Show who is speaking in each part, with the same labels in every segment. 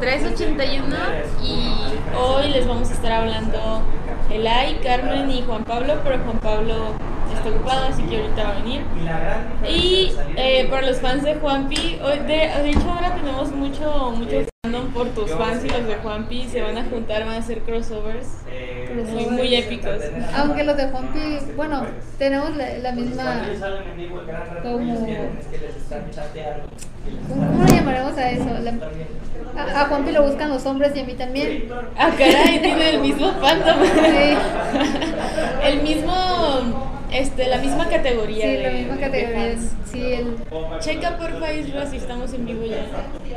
Speaker 1: 381 y hoy les vamos a estar hablando Elay, Carmen y Juan Pablo, pero Juan Pablo está ocupado, así que ahorita va a venir. Y eh, para los fans de Juanpi, hoy- de, de hecho ahora tenemos mucho, mucho fandom por tus fans y los de Juanpi, se van a juntar, van a hacer crossovers muy, muy épicos.
Speaker 2: Aunque los de Juanpi, bueno, tenemos la, la misma. Como, ¿cómo, cómo le llamaremos a eso? La- a, a Juanpi lo buscan los hombres y a mí también.
Speaker 1: Ah, caray, tiene el mismo fandom.
Speaker 2: Sí.
Speaker 1: el mismo, este, la misma categoría.
Speaker 2: Sí,
Speaker 1: de-
Speaker 2: la misma
Speaker 1: de
Speaker 2: categoría.
Speaker 1: fans.
Speaker 2: Sí, el,
Speaker 1: Checa porfa Isra si estamos en vivo ya.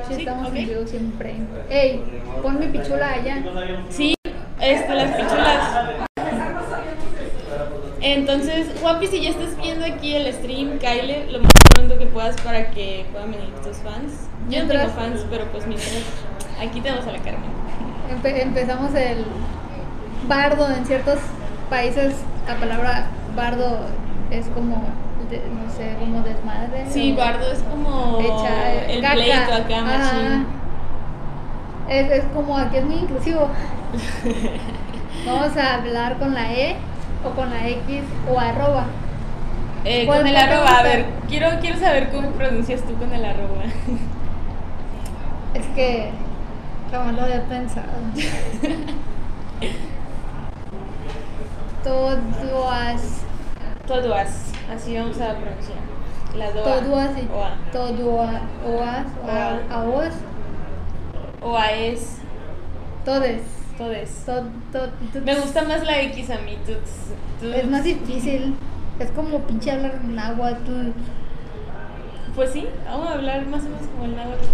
Speaker 2: sí, estamos
Speaker 1: ok.
Speaker 2: en vivo siempre. Ey, pon mi pichula allá.
Speaker 1: Sí, este, las pichulas. Entonces, Guapi, si ya estás viendo aquí el stream, Kyle, lo más pronto que puedas para que puedan venir tus fans. Yo no tengo
Speaker 2: Mientras-
Speaker 1: fans, pero pues mientras, aquí tenemos a la Carmen.
Speaker 2: Empe- empezamos el bardo en ciertos países la palabra bardo es como de- no sé como desmadre
Speaker 1: Sí,
Speaker 2: o
Speaker 1: Bardo es como
Speaker 2: hecha
Speaker 1: el
Speaker 2: eh, caca.
Speaker 1: pleito acá, machín.
Speaker 2: Ajá. es, es como aquí es muy inclusivo vamos a hablar con la e o con la x o arroba
Speaker 1: Eh,
Speaker 2: ¿Cuál-
Speaker 1: con el
Speaker 2: cuál te
Speaker 1: arroba, a
Speaker 2: gusta?
Speaker 1: ver, quiero, quiero saber cómo pronuncias tú con el arroba.
Speaker 2: es que jamás lo había pensado todas
Speaker 1: Toduas, así vamos a pronunciar. La doa.
Speaker 2: Toduas y
Speaker 1: Oa.
Speaker 2: toduas, oas,
Speaker 1: Oa.
Speaker 2: a, aos,
Speaker 1: Oa es
Speaker 2: todes.
Speaker 1: todes.
Speaker 2: Tod, tod, tuts.
Speaker 1: Me gusta más la X a mí. tuts, tuts.
Speaker 2: Es más difícil. Es como pinche hablar en agua. Tú.
Speaker 1: Pues sí, vamos a hablar más o menos como el náhuatl.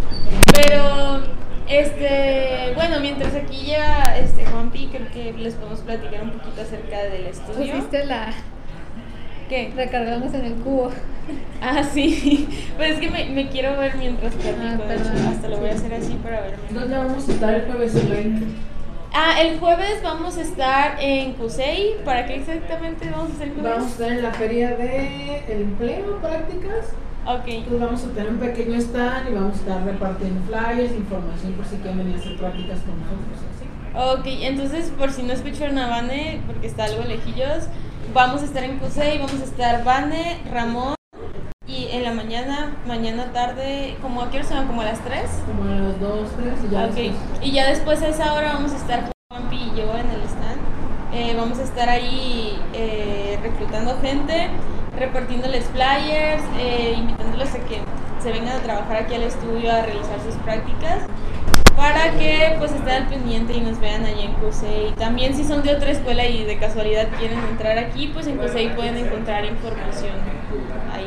Speaker 1: Pero, este, bueno, mientras aquí llega este Juanpi, creo que les podemos platicar un poquito acerca del estudio.
Speaker 2: Pusiste Pues la.
Speaker 1: ¿Qué?
Speaker 2: Recargamos en el cubo.
Speaker 1: Ah, sí. Pues es que me, me quiero ver mientras platico. de hecho,
Speaker 2: perdón.
Speaker 1: hasta lo voy a hacer así para verme.
Speaker 3: ¿Dónde vamos a estar el jueves el 20?
Speaker 1: Ah, el jueves vamos a estar en Cusey. ¿Para qué exactamente vamos a hacer el
Speaker 3: Vamos a
Speaker 1: jueves?
Speaker 3: estar en la feria de el empleo, prácticas.
Speaker 1: Ok.
Speaker 3: Entonces vamos a tener un pequeño stand y vamos a estar repartiendo flyers, información por si quieren venir a hacer prácticas con nosotros. así.
Speaker 1: Ok, entonces por si no escucharon a Vane, porque está algo lejillos, vamos a estar en Cusey, vamos a estar Vane, Ramón y en la mañana, mañana tarde, como a qué hora son, como a las 3.
Speaker 3: Como a las 2, 3 y ya.
Speaker 1: Ok,
Speaker 3: después.
Speaker 1: y ya después a esa hora vamos a estar Juanpi y yo en el stand. Eh, vamos a estar ahí eh, reclutando gente, repartiéndoles flyers, eh, invitándoles a que se vengan a trabajar aquí al estudio a realizar sus prácticas para que pues estén al pendiente y nos vean allí en CUSEI. También si son de otra escuela y de casualidad quieren entrar aquí, pues en CUSEI pueden encontrar información ahí.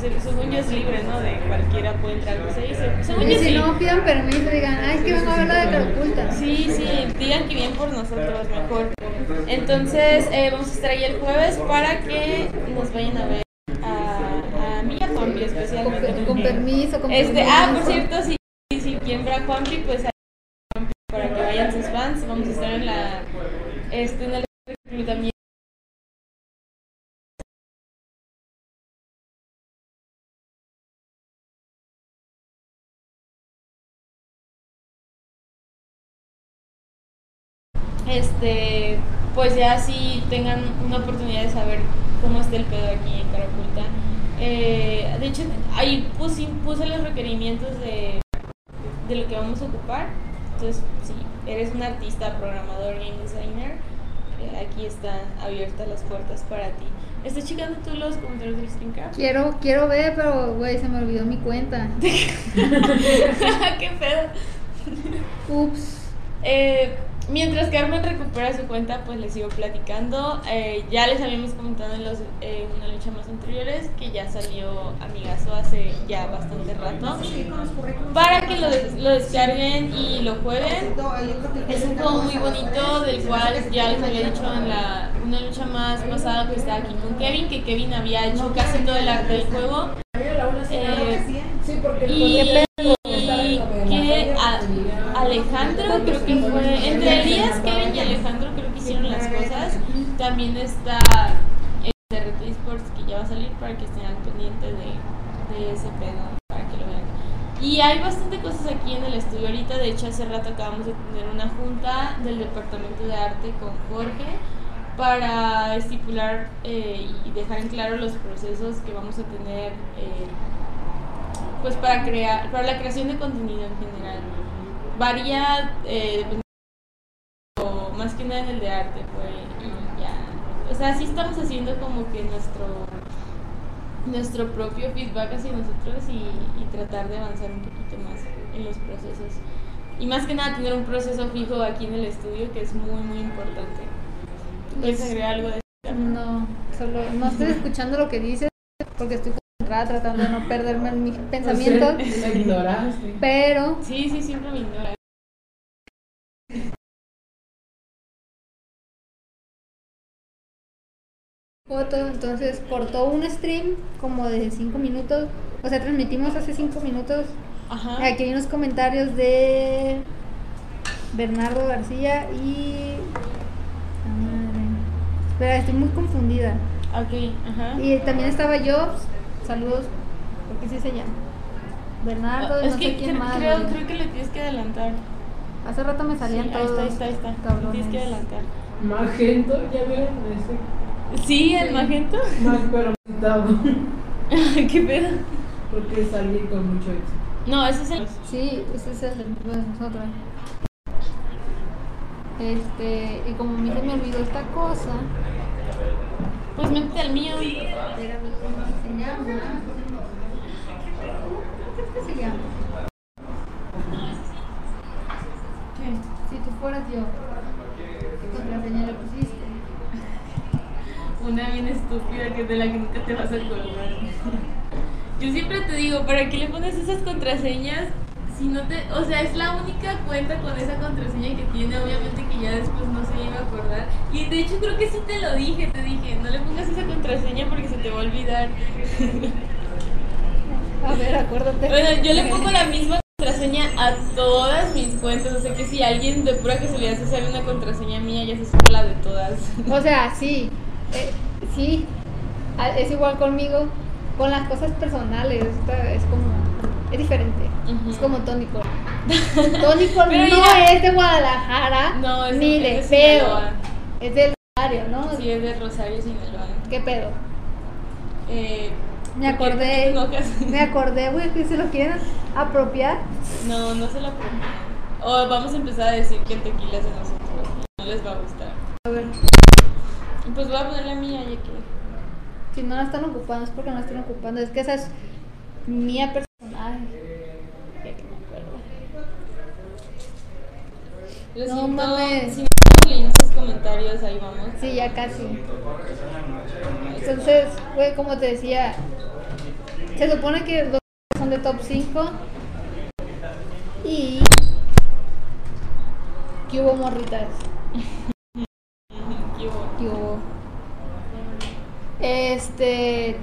Speaker 1: Se- Según yo es libre, ¿no? De cualquiera puede entrar a CUSEI. Se- Según
Speaker 2: Y
Speaker 1: yo
Speaker 2: si
Speaker 1: sí.
Speaker 2: no pidan permiso, digan, ay, es que vengo a ver la de Calculta.
Speaker 1: Sí, sí, digan que bien por nosotros, mejor. Entonces, eh, vamos a estar ahí el jueves para que nos vayan a ver a, a mí y a Juanpi
Speaker 2: Con,
Speaker 1: especialmente.
Speaker 2: per- con
Speaker 1: porque-
Speaker 2: permiso, con
Speaker 1: Este,
Speaker 2: permiso.
Speaker 1: ah, por cierto, si, si- si quieren ver a Juanpi, pues ahí está Juanpi para que vayan sus fans, vamos a estar en la este en el reclutamiento. Este, pues ya si tengan una oportunidad de saber cómo está el pedo aquí en Caraculta. Eh, de hecho, ahí puse, puse los requerimientos de, de lo que vamos a ocupar. Entonces, si eres un artista, programador, game designer, eh, aquí están abiertas las puertas para ti. ¿Estás checando tú los comentarios del streamcast?
Speaker 2: Quiero, quiero ver, pero güey, se me olvidó mi cuenta.
Speaker 1: ¡Qué pedo!
Speaker 2: Ups.
Speaker 1: Eh, mientras Carmen recupera su cuenta, pues les sigo platicando. Eh, ya les habíamos comentado en los, eh, una lucha más anteriores que ya salió Amigazo hace ya bastante rato. Para que lo, des- lo descarguen y lo jueguen. Es un juego muy bonito del cual ya les había dicho en la, una lucha más pasada que estaba aquí con Kevin, que Kevin había hecho casi todo el arte del juego. Eh,
Speaker 3: Sí, porque el
Speaker 1: y
Speaker 3: jueves
Speaker 1: que a- Alejandro creo que fue entre Elías Kevin y Alejandro creo que hicieron las cosas también está el de Reto Esports que ya va a salir para que estén al pendiente de, de ese pedo para que lo vean Y hay bastante cosas aquí en el estudio ahorita, de hecho hace rato acabamos de tener una junta del Departamento de Arte con Jorge para estipular eh, y dejar en claro los procesos que vamos a tener eh, pues para crear para la creación de contenido en general. Varía eh, o más que nada en el de arte fue y ya. O sea, sí estamos haciendo como que nuestro nuestro propio feedback hacia nosotros y, y, tratar de avanzar un poquito más en los procesos. Y más que nada tener un proceso fijo aquí en el estudio que es muy, muy importante. ¿Puedes agregar algo de eso?
Speaker 2: No, solo no estoy escuchando lo que dices porque estoy concentrada tratando de no perderme en mis
Speaker 1: Pues
Speaker 2: pensamientos.
Speaker 3: Me ignoraste.
Speaker 2: Pero...
Speaker 1: Sí, sí, siempre me ignoras.
Speaker 2: foto, entonces cortó un stream como de 5 minutos, o sea, transmitimos hace 5 minutos.
Speaker 1: Ajá.
Speaker 2: Aquí hay unos comentarios de Bernardo García y... Ah, madre. Espera, estoy muy confundida.
Speaker 1: Ok, ajá.
Speaker 2: Y también estaba Jobs, saludos, porque sí se llama. Bernardo,
Speaker 1: Ah, es
Speaker 2: no
Speaker 1: que
Speaker 2: sé quién
Speaker 1: cre-
Speaker 2: más.
Speaker 1: creo, creo que le tienes que adelantar.
Speaker 2: Hace rato me salían
Speaker 1: Sí, ahí
Speaker 2: todos.
Speaker 1: está, ahí está, ahí está.
Speaker 2: cabrones.
Speaker 1: Tienes que adelantar.
Speaker 3: Magento, ya vieron ese.
Speaker 1: Sí, el magento.
Speaker 3: Mag, pero magentado.
Speaker 1: ¿Qué pedo?
Speaker 3: Porque salí con mucho éxito.
Speaker 1: No, ese es el.
Speaker 2: Sí, ese es el de de nosotros. Este, y como a mí se me olvidó esta cosa,
Speaker 1: Pues métete al mío.
Speaker 2: espérame, ¿cómo se llama? ¿Qué se llama? Si tú fueras yo, ¿qué contraseña le pusiste?
Speaker 1: Una bien estúpida que de la que nunca te vas a acordar. Yo siempre te digo, ¿para qué le pones esas contraseñas? Si no te, o sea, es la única cuenta con esa contraseña que tiene, obviamente que ya después no se iba a acordar. Y de hecho creo que sí te lo dije, te dije, no le pongas esa contraseña porque se te va a olvidar.
Speaker 2: A ver, acuérdate.
Speaker 1: Bueno, yo le pongo la misma contraseña a todas mis cuentas, o sea que si alguien de pura casualidad se sabe una contraseña mía, ya se sabe la de todas.
Speaker 2: O sea, sí, eh, sí, a- es igual conmigo, con las cosas personales, esta es como, es diferente,
Speaker 1: Ujú.
Speaker 2: es como Tony Cole. Tony Cole
Speaker 1: Pero
Speaker 2: no
Speaker 1: ya-
Speaker 2: es de Guadalajara,
Speaker 1: No, es
Speaker 2: ni de
Speaker 1: es
Speaker 2: feo,
Speaker 1: Sinaloa.
Speaker 2: es del área, ¿no?
Speaker 1: Sí, es de Rosario, Sinaloa.
Speaker 2: ¿Qué pedo?
Speaker 1: Eh,
Speaker 2: Me
Speaker 1: ¿por qué te
Speaker 2: acordé,
Speaker 1: enojas?
Speaker 2: me acordé, güey, que se lo quieren apropiar.
Speaker 1: No, no se la pongo. O vamos a empezar a decir que el tequila es de nosotros. No les va a gustar.
Speaker 2: A ver,
Speaker 1: Pues voy a poner la mía, ya que.
Speaker 2: si no la están ocupando, es porque no la están ocupando, es que esa es mía personal.
Speaker 1: ya que me acuerdo. Lo
Speaker 2: No
Speaker 1: siento,
Speaker 2: mames.
Speaker 1: Si no leyendo esos comentarios, ahí vamos.
Speaker 2: Sí, ya casi. Entonces, güey, como te decía, se supone que los son de top 5 y que hubo morritas,
Speaker 1: Qué bueno.
Speaker 2: que hubo. Este,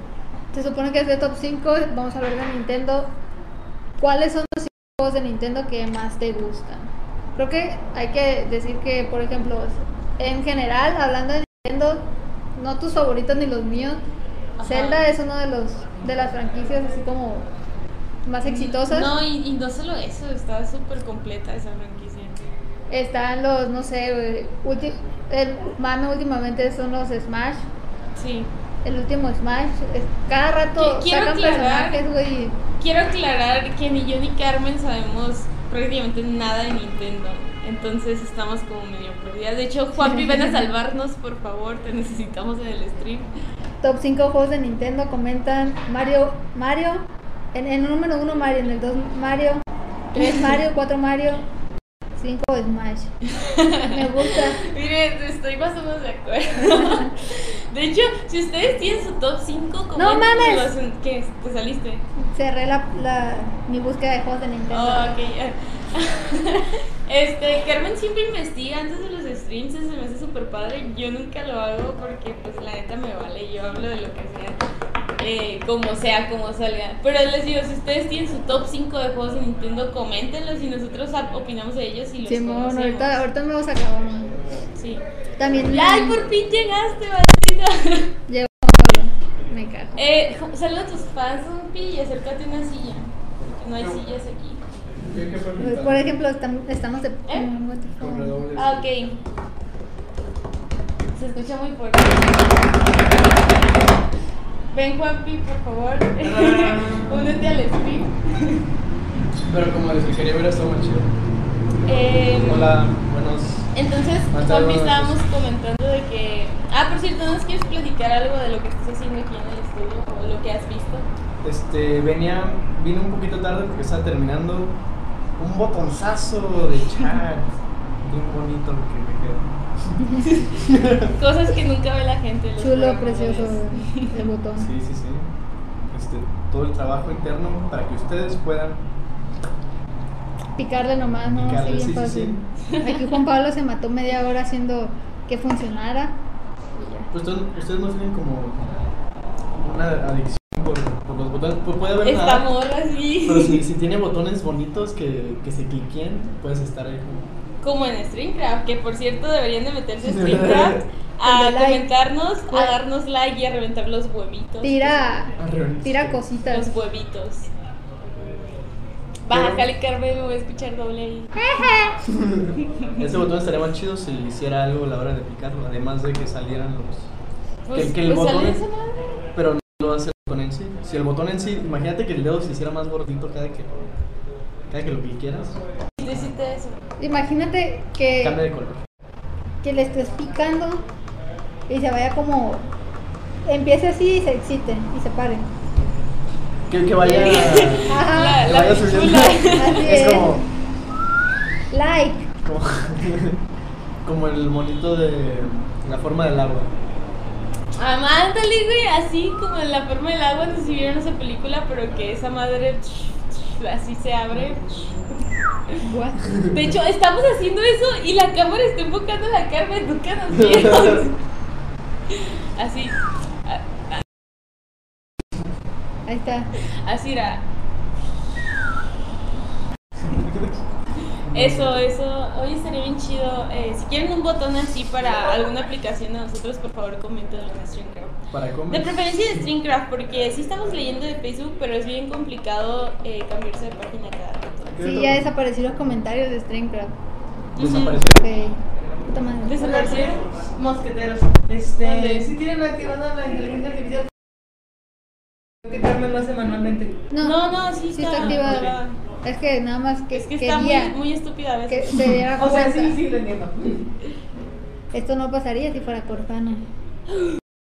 Speaker 2: se supone que es de top 5, vamos a ver de Nintendo. ¿Cuáles son los cinco juegos de Nintendo que más te gustan? Creo que hay que decir que, por ejemplo, en general, hablando de Nintendo, no tus favoritos ni los míos.
Speaker 1: Ajá.
Speaker 2: Zelda es uno de los de las franquicias así como más exitosas.
Speaker 1: No, y, y no solo eso, está súper completa esa franquicia.
Speaker 2: Están los, no sé, güey, ulti- el mame últimamente son los Smash.
Speaker 1: Sí.
Speaker 2: El último Smash, es- cada rato
Speaker 1: Qui- quiero
Speaker 2: sacan
Speaker 1: aclarar-
Speaker 2: personajes, güey.
Speaker 1: Quiero aclarar que ni yo ni Carmen sabemos prácticamente nada de Nintendo. Entonces estamos como medio perdidas. De hecho, Juanpi, ven a salvarnos, por favor. Te necesitamos en el stream.
Speaker 2: Top 5 juegos de Nintendo comentan Mario, Mario, en el número 1 Mario, en el 2 Mario, 3 Mario, 4 Mario, 5 Smash. Me gusta.
Speaker 1: Miren, estoy más o menos de acuerdo. De hecho, si ustedes tienen su top 5,
Speaker 2: ¡No mames!
Speaker 1: ¿Qué? ¿Te saliste?
Speaker 2: Cerré la, la- mi búsqueda de juegos de Nintendo.
Speaker 1: Oh, ok. Este, Carmen siempre investiga antes de los streams, eso se me hace súper padre. Yo nunca lo hago porque, pues, la neta me vale. Yo hablo de lo que sea, eh, como sea, como salga. Pero les digo, si ustedes tienen su top 5 de juegos de Nintendo, coméntenlos y nosotros a- opinamos de ellos y los
Speaker 2: Simón,
Speaker 1: conocemos.
Speaker 2: ahorita, Mm. ahorita me los acabo.
Speaker 1: Sí.
Speaker 2: También
Speaker 1: ¡Ay, por fin llegaste, maldita!
Speaker 2: llegó Juan Pablo. Me cago.
Speaker 1: Eh, saluda a tus fans, Zumpi, y acércate a una silla. no hay sillas aquí.
Speaker 4: Yo que
Speaker 2: Pues,
Speaker 4: preguntar.
Speaker 2: Por ejemplo, estam- estamos de.
Speaker 1: ¿Eh?
Speaker 4: Con redobles.
Speaker 1: Ah, ok. Se escucha muy fuerte. Ven, Juanpi, por favor. Únete al stream.
Speaker 4: Pero como les quería ver, está muy chido.
Speaker 1: Eh,
Speaker 4: Hola, buenos.
Speaker 1: Entonces,
Speaker 4: Hasta
Speaker 1: Juanpi,
Speaker 4: luego.
Speaker 1: estábamos comentando de que. Ah, por cierto, ¿nos quieres platicar algo de lo que estás haciendo aquí en el estudio o lo que has visto?
Speaker 4: Este, venía, vine un poquito tarde porque estaba terminando un botonzazo de chat. Bien bonito lo que me quedó.
Speaker 1: Cosas que nunca ve la gente. los
Speaker 2: Chulo,
Speaker 1: programadores.
Speaker 2: precioso el botón.
Speaker 4: Sí, sí, sí. Este, todo el trabajo interno para que ustedes puedan.
Speaker 2: Picarle nomás, ¿no? Así
Speaker 4: Picarle,
Speaker 2: bien
Speaker 4: sí, sí,
Speaker 2: fácil. Aquí Juan Pablo se mató media hora haciendo que funcionara. y ya.
Speaker 4: Pues ustedes, ustedes no tienen como una adicción por, por los botones. Pues puede haber
Speaker 1: Esta
Speaker 4: nada.
Speaker 1: morra, sí.
Speaker 4: Pero si, si tiene botones bonitos que, que se cliquen, puedes estar ahí como.
Speaker 1: como en Streamcraft, que por cierto deberían de meterse a Streamcraft a
Speaker 2: De like.
Speaker 1: comentarnos, a darnos like y a reventar los huevitos.
Speaker 2: Tira,
Speaker 4: alrededor.
Speaker 2: tira
Speaker 1: Los
Speaker 2: cositas.
Speaker 1: huevitos. Bájale, Carmen, me voy a escuchar doble ahí.
Speaker 4: Ese botón estaría más chido si le hiciera algo a la hora de picarlo, además de que salieran los.
Speaker 1: Pues,
Speaker 4: que el
Speaker 1: pues sale
Speaker 4: botón-
Speaker 1: esa madre.
Speaker 4: Pero no lo hace el botón en sí. Si el botón en sí, imagínate que el dedo se hiciera más gordito cada que, cada que lo cliquieras,
Speaker 1: Tú hiciste eso.
Speaker 2: Imagínate que.
Speaker 4: cambia de color.
Speaker 2: que le estés picando y se vaya como empiece así y se excite y se pare.
Speaker 4: Que, que vaya.
Speaker 2: Ajá.
Speaker 1: La-
Speaker 4: que
Speaker 1: la
Speaker 4: vaya subiendo.
Speaker 1: pichula.
Speaker 2: Así
Speaker 4: Es
Speaker 2: es.
Speaker 4: como.
Speaker 2: Like.
Speaker 4: Como, como el monito de la forma del agua.
Speaker 1: Amándale, güey, así como en la forma del agua, no sé si vieron esa película, pero que esa madre así se abre.
Speaker 2: What?
Speaker 1: De hecho, estamos haciendo eso y la cámara está enfocando a la Carmen, nunca nos vieron. Así,
Speaker 2: Ahí está.
Speaker 1: así era. Eso, eso. Hoy estaría bien chido. Eh, si quieren un botón así para alguna aplicación de nosotros, por favor, coméntenlo en StreamCraft.
Speaker 4: Para
Speaker 1: De
Speaker 4: comer.
Speaker 1: preferencia de StreamCraft, porque sí estamos leyendo de Facebook, pero es bien complicado eh, cambiarse de página cada rato.
Speaker 2: Sí, ya desaparecieron los comentarios de Streamcraft.
Speaker 4: Desapareció.
Speaker 2: Ok. Puta madre.
Speaker 1: ¿Desaparecieron?
Speaker 5: Mosqueteros.
Speaker 1: ¿Dónde?
Speaker 5: Este, si tienen activada la inteligencia artificial, que Carmen lo hace manualmente.
Speaker 2: No,
Speaker 1: No, no, sí
Speaker 2: sí
Speaker 1: está,
Speaker 2: está activada. Es que nada más que,
Speaker 1: Es que está muy,
Speaker 2: quería
Speaker 1: muy estúpida a
Speaker 2: que
Speaker 1: veces.
Speaker 2: se
Speaker 3: Ah,
Speaker 2: diera
Speaker 5: O sea,
Speaker 2: cuenta.
Speaker 5: sí, sí, lo entiendo.
Speaker 2: Esto no pasaría si fuera Cortana.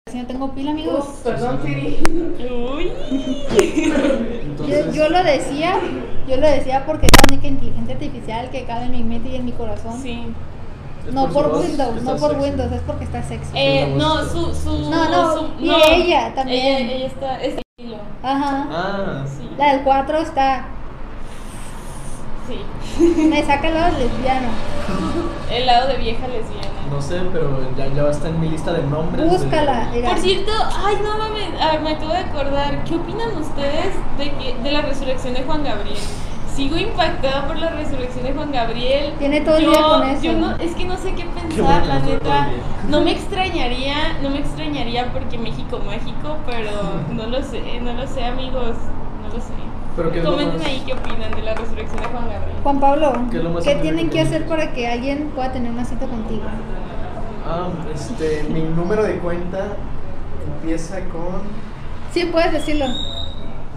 Speaker 2: Si no tengo pila, amigos.
Speaker 5: Uf, perdón, Siri.
Speaker 1: Uy.
Speaker 2: Yo,
Speaker 4: Entonces,
Speaker 2: yo lo decía, yo lo decía porque es la única inteligencia artificial que cabe en mi mente y en mi corazón.
Speaker 1: Sí.
Speaker 4: es
Speaker 2: No
Speaker 4: su
Speaker 2: por,
Speaker 4: voz,
Speaker 2: Windows,
Speaker 4: está
Speaker 2: no por
Speaker 4: sexy.
Speaker 2: Windows, es porque está sexy.
Speaker 1: Eh,
Speaker 4: la
Speaker 1: no,
Speaker 4: voz.
Speaker 1: su, su.
Speaker 2: No, no,
Speaker 1: su-
Speaker 2: y ella también.
Speaker 1: Ella, ella está. Es estilo.
Speaker 2: Ajá.
Speaker 4: Ah,
Speaker 1: Sí.
Speaker 2: La del 4 está.
Speaker 1: Sí.
Speaker 2: Me saca el lado lesbiano.
Speaker 1: El lado de vieja lesbiana.
Speaker 4: no sé, pero ya, ya está en mi lista de nombres. de-
Speaker 2: Búscala. mira.
Speaker 1: Por cierto, ay, no mames. A ver, me acabo de acordar. ¿Qué opinan ustedes de, que, de la resurrección de Juan Gabriel? Sigo impactada por la resurrección de Juan Gabriel.
Speaker 2: Tiene todo el
Speaker 1: yo,
Speaker 2: día con eso.
Speaker 1: yo no, es que no sé qué
Speaker 4: Qué
Speaker 1: pensar,
Speaker 4: bueno
Speaker 1: la
Speaker 4: que no todo
Speaker 1: neta.
Speaker 4: el día.
Speaker 1: No me extrañaría, no me extrañaría porque México mágico, pero no lo sé, no lo sé, amigos. No lo sé.
Speaker 4: Pero que es lo
Speaker 1: Comenten
Speaker 4: más-
Speaker 1: ahí qué opinan de la resurrección de Juan Gabriel.
Speaker 2: Juan Pablo,
Speaker 4: ¿Qué es lo más
Speaker 2: ¿qué
Speaker 4: importante
Speaker 2: tienen
Speaker 4: que
Speaker 2: que
Speaker 4: tienes?
Speaker 2: hacer para que alguien pueda tener una cita contigo?
Speaker 4: Ah, este, mi número de cuenta empieza con.
Speaker 2: Sí, puedes decirlo.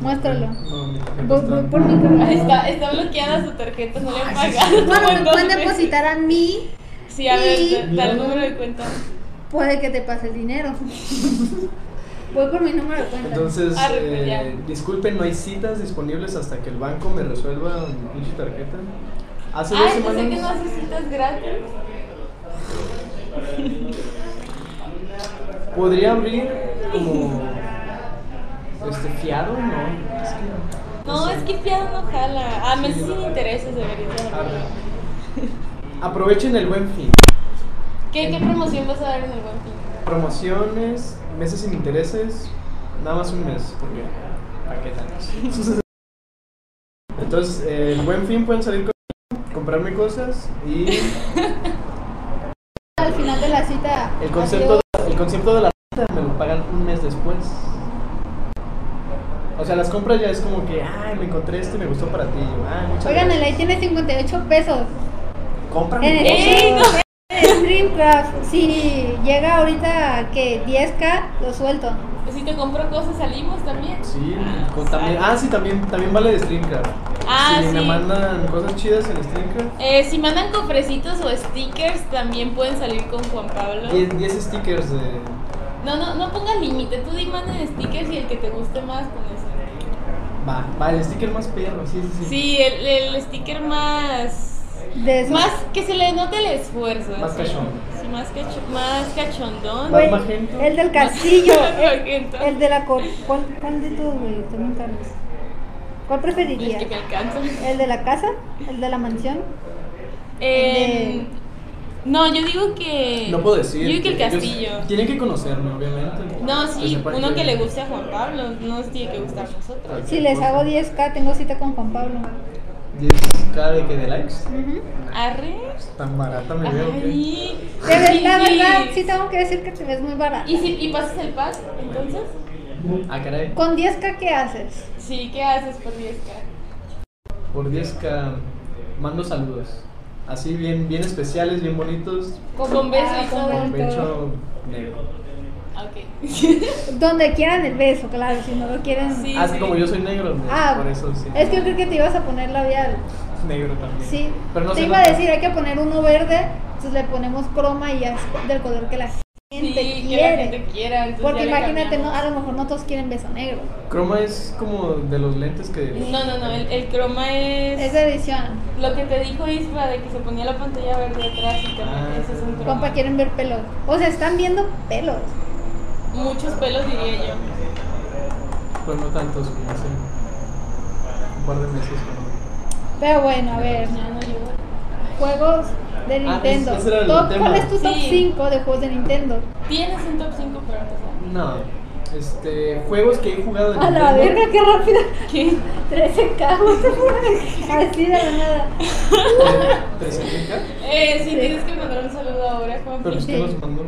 Speaker 2: Muéstralo.
Speaker 4: No, mi tarjeta
Speaker 2: Voy,
Speaker 4: está-
Speaker 2: voy por mi correo.
Speaker 1: Está, está bloqueada su tarjeta, no le han pagado.
Speaker 2: Bueno, me
Speaker 1: como
Speaker 2: pueden
Speaker 1: dos meses.
Speaker 2: depositar a mí,
Speaker 1: Sí, a ver, da-
Speaker 4: Y-
Speaker 1: da el número de cuenta.
Speaker 2: puede que te pase el dinero. voy por mi número de cuenta.
Speaker 4: Entonces,
Speaker 1: Arre,
Speaker 4: eh,
Speaker 1: ya.
Speaker 4: disculpen, no hay citas disponibles hasta que el banco me resuelva mi pinche tarjeta. Hace
Speaker 1: Ah,
Speaker 4: dos
Speaker 1: yo sé
Speaker 4: semanas.
Speaker 1: que no hace citas gratis.
Speaker 4: Podría abrir como este fiado, ¿no? Es que
Speaker 1: No, es que fiado no jala. Ah, A menos
Speaker 4: Sí.
Speaker 1: sin intereses debería de
Speaker 4: Arre.
Speaker 1: haber.
Speaker 4: Aprovechen el buen fin.
Speaker 1: ¿Qué, ¿Qué promoción vas a dar en el buen fin?
Speaker 4: Promociones, meses sin intereses, nada más un mes, porque ¿para qué tantos? Entonces, eh, el buen fin pueden salir con comprarme cosas y
Speaker 2: Al final de la cita.
Speaker 4: el concepto, el concepto de la renta me lo pagan un mes después. O sea, las compras ya es como que, ay, me encontré este y me gustó para ti. Yo, "Ah, muchas
Speaker 2: Oigan, el
Speaker 4: gracias".
Speaker 2: ahí tiene 58 pesos.
Speaker 4: Compra
Speaker 2: En el-
Speaker 4: mi cosa.
Speaker 1: ¡Ey, no!
Speaker 2: En Dreamcraft, si llega ahorita que 10k, lo suelto.
Speaker 1: Pues Si te compro cosas, salimos también.
Speaker 4: Sí, con- también, ah, sí, también, también vale de Streamcraft.
Speaker 1: Ah,
Speaker 4: si me
Speaker 1: sí.
Speaker 4: mandan cosas chidas en Streamcraft.
Speaker 1: Eh, si mandan cofrecitos o stickers, también pueden salir con Juan Pablo.
Speaker 4: 10, 10 stickers de.
Speaker 1: No, no, no pongas límite. Tú di manden stickers y el que te guste más con eso.
Speaker 4: Va, va, el sticker más perro, sí, sí, sí.
Speaker 1: Sí, el, el sticker más.
Speaker 2: De esos-
Speaker 1: Más que se le note el esfuerzo.
Speaker 4: Más
Speaker 1: así.
Speaker 4: cachondo.
Speaker 1: Sí, más, cacho- más cachondón.
Speaker 4: Más
Speaker 2: Güey,
Speaker 4: magento.
Speaker 2: el del castillo. el,
Speaker 1: Magento.
Speaker 2: el de la cor. ¿Cuál, cuál de todos, güey? Están muy caros. ¿Cuál
Speaker 1: El
Speaker 2: preferirías?
Speaker 1: que me alcanza.
Speaker 2: ¿El de la casa? ¿El de la mansión?
Speaker 1: Eh, no, yo digo que.
Speaker 4: No puedo decir.
Speaker 1: Yo digo que Eh, el
Speaker 4: ellos
Speaker 1: castillo.
Speaker 4: Tienen que conocerme, obviamente.
Speaker 1: No, sí,
Speaker 4: sepan
Speaker 1: uno que le guste a Juan Pablo, no nos tiene que gustar a nosotros.
Speaker 2: Si les hago 10k, tengo cita con Juan Pablo.
Speaker 4: 10k de que de likes.
Speaker 2: Ujú.
Speaker 4: Ah,
Speaker 1: Arre.
Speaker 4: Tan barata me veo. ¿qué?
Speaker 1: Ay.
Speaker 2: De verdad,
Speaker 1: sí.
Speaker 2: verdad, sí tengo que decir que te ves muy barata.
Speaker 1: ¿Y, si, ¿Y pasas el pack? Entonces,
Speaker 4: Ah, caray.
Speaker 2: ¿Con 10k qué haces?
Speaker 1: sí, ¿qué haces por 10k?
Speaker 4: Por 10k mando saludos. Así bien, bien especiales, bien bonitos.
Speaker 1: Con, con beso
Speaker 2: Ah,
Speaker 1: y
Speaker 2: con
Speaker 1: todo.
Speaker 4: Con pecho negro.
Speaker 1: Ah, Ok.
Speaker 2: Donde quieran el beso, claro, si no lo quieren.
Speaker 1: Sí.
Speaker 4: Así como yo soy negro,
Speaker 2: Ah,
Speaker 4: por eso sí.
Speaker 2: Es que yo creo que te ibas a poner labial.
Speaker 4: negro también.
Speaker 2: Sí.
Speaker 4: Pero no
Speaker 2: te
Speaker 4: se
Speaker 2: iba a
Speaker 4: nota.
Speaker 2: decir, hay que poner uno verde, entonces le ponemos croma y ya es del color que la
Speaker 1: Sí,
Speaker 2: gente
Speaker 1: que la
Speaker 2: quiere.
Speaker 1: gente quiera. entonces
Speaker 2: Porque
Speaker 1: ya le
Speaker 2: imagínate, no,
Speaker 1: cambiamos.
Speaker 2: a lo mejor no todos quieren beso negro.
Speaker 4: Croma es como de los lentes que.
Speaker 1: No, no, no, el, el croma es.
Speaker 2: Es de edición.
Speaker 1: Lo que te dijo Isra de que se ponía la pantalla verde atrás y te
Speaker 4: Ah.
Speaker 1: ese es un croma.
Speaker 2: Compa, quieren ver pelos. O sea, están viendo pelos.
Speaker 1: Muchos pelos diría yo.
Speaker 4: Pues no tantos como hace un par de meses. pero-
Speaker 2: Pero bueno, a ver.
Speaker 1: Ya no llevo.
Speaker 2: Juegos de
Speaker 4: Ah,
Speaker 2: Nintendo.
Speaker 4: ese era el
Speaker 2: Top-
Speaker 4: tema.
Speaker 2: ¿Cuál es tu top
Speaker 1: Sí.
Speaker 2: 5 de juegos de Nintendo?
Speaker 1: Tienes un top 5 para empezar.
Speaker 4: No. Este, juegos que he jugado en
Speaker 2: A la
Speaker 4: Nintendo.
Speaker 2: verga, qué rápida.
Speaker 1: ¿Qué?
Speaker 2: 13K. what the fuck. Así de la nada.
Speaker 4: ¿Te significa?
Speaker 1: Eh, sí,
Speaker 2: Sí.
Speaker 1: tienes que mandar un saludo ahora, Juan.
Speaker 4: Pero es que
Speaker 2: Sí.
Speaker 4: los mando.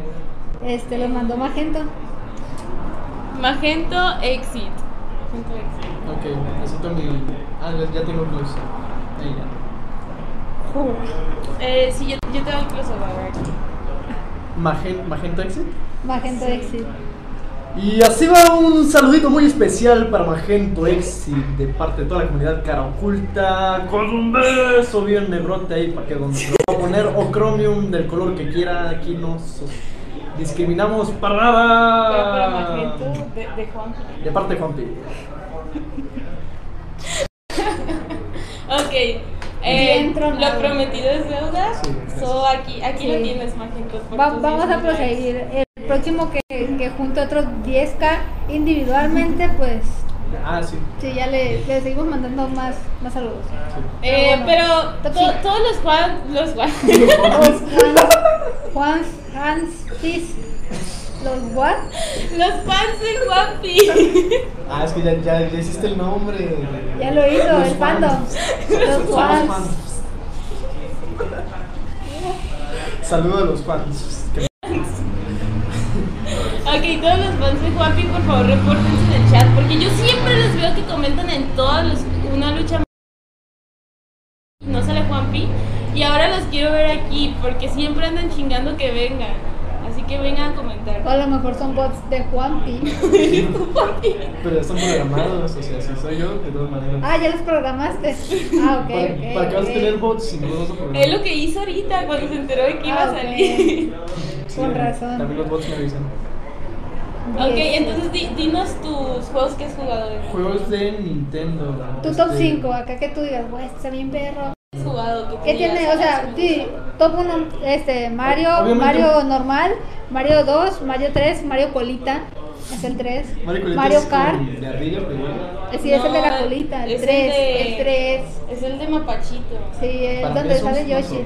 Speaker 2: Este, los mandó Magento.
Speaker 1: Magento Exit. Magento Exit.
Speaker 4: Ok, necesito mi. Ah, ya- ya tengo plus. Ahí ya.
Speaker 2: Juro.
Speaker 1: Eh, sí, yo, yo te doy el crossover.
Speaker 4: Magen- Magento Exit.
Speaker 2: Magento Exit.
Speaker 4: Y así va un saludito muy especial para Magento Exit de parte de toda la comunidad cara oculta. Con un beso bien negrote ahí para que donde se lo va a poner o chromium del color que quiera. Aquí no so- discriminamos para
Speaker 1: Pero
Speaker 4: Ah.
Speaker 1: para
Speaker 4: nada.
Speaker 1: Magento de, de Juan.
Speaker 4: De parte de Juanpi.
Speaker 1: Ok. Eh,
Speaker 2: Bien tronado.
Speaker 1: lo prometido es deuda.
Speaker 4: Sí, gracias.
Speaker 1: so, aquí aquí lo
Speaker 2: Sí.
Speaker 1: tienes, Magento. por
Speaker 2: Va-
Speaker 1: tus
Speaker 2: vamos
Speaker 1: 10
Speaker 2: a
Speaker 1: mil likes.
Speaker 2: proseguir. El próximo que, que junte otros 10K individualmente, pues
Speaker 4: Ah, sí.
Speaker 2: sí, ya le, le seguimos mandando más, más saludos.
Speaker 1: Eh,
Speaker 2: Pero
Speaker 1: pero
Speaker 2: bueno,
Speaker 1: to-
Speaker 2: sí.
Speaker 1: todos los Juan. Los Juan.
Speaker 2: Los Juan, Juan Hans Tis. Los what?
Speaker 1: los fans de Juan Pi.
Speaker 4: Ah, es que ya, ya, ya hiciste el nombre.
Speaker 2: Ya lo hizo,
Speaker 4: Los
Speaker 2: el fandom.
Speaker 4: fans.
Speaker 2: Los
Speaker 4: Somos
Speaker 2: Juan.
Speaker 4: fans. Saludo a los fans. Que
Speaker 1: Ok, todos los fans de Juanpi, por favor, repórtense en el chat, porque yo siempre los veo que comentan en todas los, una lucha más. no sale Juanpi, y ahora los quiero ver aquí, porque siempre andan chingando que vengan, así que vengan a
Speaker 2: O
Speaker 1: comentar.
Speaker 2: a lo mejor son bots de Juan Pi.
Speaker 4: Pero están programados, o sea, si soy yo, de todas maneras.
Speaker 2: Ah, ya los programaste. Ah, ok,
Speaker 4: ¿Para,
Speaker 2: ok.
Speaker 4: para qué vas a
Speaker 2: ok.
Speaker 4: tener bots si no los vas a programar?
Speaker 1: Es lo que hizo ahorita, cuando se enteró de que iba
Speaker 2: Ah,
Speaker 1: a
Speaker 2: ok.
Speaker 1: salir.
Speaker 4: Sí,
Speaker 2: Con razón.
Speaker 4: También los bots me avisan.
Speaker 1: Ok,
Speaker 2: Yes.
Speaker 1: entonces di- dinos tus juegos que has jugado. de-
Speaker 4: Juegos de Nintendo. este,
Speaker 2: Tu top ah, 5, acá que tú digas, güey, este está bien perro.
Speaker 1: ¿Qué has jugado? que
Speaker 2: ¿Qué
Speaker 1: tú
Speaker 2: tiene?
Speaker 1: digas,
Speaker 2: O sea,
Speaker 1: "Ah,
Speaker 2: sí, top 1, este, Mario,
Speaker 4: Obviamente.
Speaker 2: Mario normal, Mario 2, Mario 3, Mario colita, es el 3,
Speaker 4: Mario,
Speaker 2: Mario Kart,
Speaker 4: De ardilla, pero bueno.
Speaker 2: eh, sí, es el de
Speaker 1: No,
Speaker 2: la colita,
Speaker 1: es
Speaker 2: el
Speaker 1: el
Speaker 2: 3,
Speaker 1: de-
Speaker 2: el 3,
Speaker 1: Es el de Mapachito,
Speaker 2: sí, es
Speaker 4: Para mí
Speaker 2: donde
Speaker 4: es un-
Speaker 2: sale
Speaker 4: una
Speaker 2: Yoshi.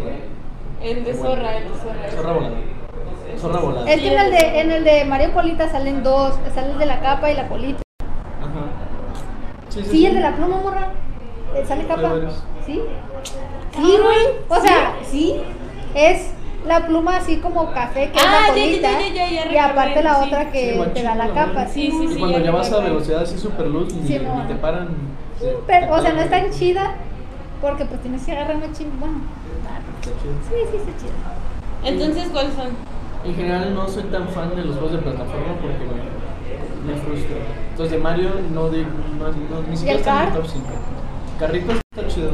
Speaker 1: el de Zorra, el de Zorra.
Speaker 4: Zorra volada. Zorra volada.
Speaker 2: Es que en el, de, en el de Mario colita salen dos, sale el de la capa y la colita.
Speaker 4: Ajá.
Speaker 2: Sí, el de la pluma, morra, eh, sale
Speaker 4: Hay
Speaker 2: capa,
Speaker 4: varios.
Speaker 2: sí, sí, güey, o sea, sí, es la pluma así como café que
Speaker 1: Ah,
Speaker 2: es la
Speaker 1: ya, ya,
Speaker 2: colita
Speaker 1: ya, ya, ya
Speaker 2: y aparte
Speaker 1: recordé,
Speaker 2: la
Speaker 1: sí.
Speaker 2: otra que te da la capa.
Speaker 1: Sí, sí,
Speaker 4: y
Speaker 1: sí,
Speaker 4: cuando
Speaker 1: ya
Speaker 4: ya vas a
Speaker 1: recuerdo.
Speaker 4: velocidad así super luz, ni,
Speaker 2: Sí,
Speaker 4: ni
Speaker 2: mamá.
Speaker 4: te paran. sí,
Speaker 2: Pero, o
Speaker 4: te
Speaker 2: sea, no es
Speaker 4: paran.
Speaker 2: tan chida porque pues tienes que agarrar una chingada. Bueno,
Speaker 4: Está chido.
Speaker 2: sí, sí, está chida.
Speaker 1: Entonces, ¿cuáles son?
Speaker 4: En general no soy tan fan de los juegos de plataforma porque me, me frustra. Entonces de Mario no, di- no, no- ni siquiera
Speaker 2: el
Speaker 4: está en el
Speaker 2: Kart?
Speaker 4: top 5. Carrito está chido,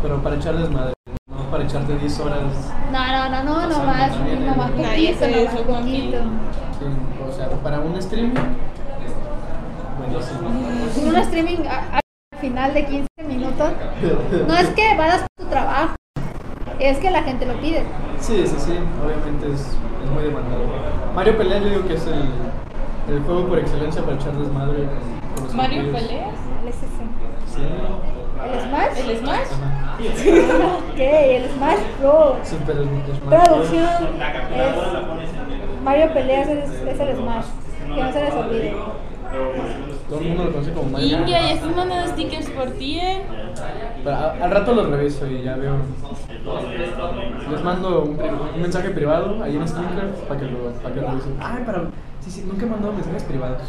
Speaker 4: pero para echar desmadre, no para echarte 10 horas.
Speaker 2: No, no, no, no,
Speaker 4: O sea,
Speaker 2: nomás,
Speaker 4: no, también,
Speaker 2: nomás
Speaker 4: eh,
Speaker 1: nadie
Speaker 2: poquito,
Speaker 1: se
Speaker 2: nomás
Speaker 1: hizo con
Speaker 2: poquito.
Speaker 4: en- o sea, para un stream, buenísimo.
Speaker 2: Y un streaming a- a- al final de 15 minutos. No es que vayas a tu trabajo, es que la gente lo pide.
Speaker 4: Sí, sí, sí, obviamente es, es muy demandado. Mario Pelea yo digo que es el, el juego por excelencia para echar desmadre con, con los
Speaker 1: ¿Mario
Speaker 4: amigos.
Speaker 1: Peleas?
Speaker 2: El SC.
Speaker 4: Sí.
Speaker 2: ¿El Smash?
Speaker 1: ¿El Smash?
Speaker 4: Ajá.
Speaker 2: Ok, el Smash Bros.
Speaker 4: Super Smash.
Speaker 2: Traducción es Mario Peleas es, es el Smash. Que no se les olvide.
Speaker 4: Todo el mundo lo conoce como Mario.
Speaker 1: India, ya estás mandando stickers por ti, ¿eh?
Speaker 4: Pero a- al rato lo reviso y ya veo. Les mando un, pri- un mensaje privado ahí en Sneaker para que lo, para que lo revisen. Ay, para. Sí, sí, nunca he mandado mensajes privados.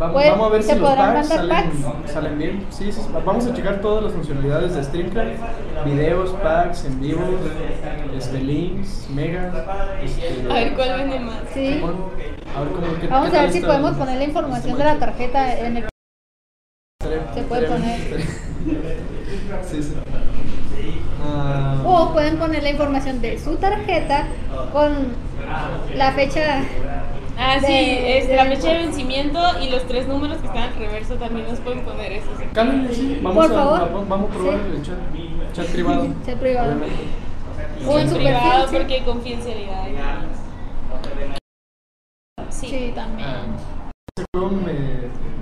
Speaker 4: Va-
Speaker 2: Pues,
Speaker 4: vamos a ver
Speaker 2: ¿te
Speaker 4: si los
Speaker 2: podrán
Speaker 4: packs
Speaker 2: mandar
Speaker 4: salen,
Speaker 2: packs?
Speaker 4: salen bien. Sí, sí, va- vamos a checar todas las funcionalidades de StreamCraft: videos, packs, en vivo, este, links, megas. este,
Speaker 1: A ver, ¿cuál vende más?
Speaker 2: Sí.
Speaker 4: Simón. A ver cómo- qué-
Speaker 2: Vamos
Speaker 4: qué
Speaker 2: a
Speaker 4: tal
Speaker 2: ver si
Speaker 4: está- este
Speaker 2: podemos poner la información de la tarjeta en el.
Speaker 4: Estaría-
Speaker 2: Se puede
Speaker 4: estaría-
Speaker 2: poner.
Speaker 4: estaría- sí, sí. Ah,
Speaker 2: O pueden poner la información de su tarjeta con la fecha.
Speaker 1: Ah, sí,
Speaker 2: De-
Speaker 1: es
Speaker 2: de-
Speaker 1: la fecha de vencimiento y los tres números que están al reverso también nos pueden poner esos.
Speaker 4: Cámbiale, sí. Vamos
Speaker 2: Por
Speaker 4: a,
Speaker 2: favor.
Speaker 4: va- vamos a probar
Speaker 2: Sí.
Speaker 4: el chat, chat privado.
Speaker 2: Chat privado.
Speaker 4: Obviamente.
Speaker 2: O en
Speaker 1: En
Speaker 2: su
Speaker 1: privado
Speaker 2: perfil, sí.
Speaker 1: porque hay confidencialidad. Sí.
Speaker 2: Sí, también.
Speaker 4: Ah, ese juego me,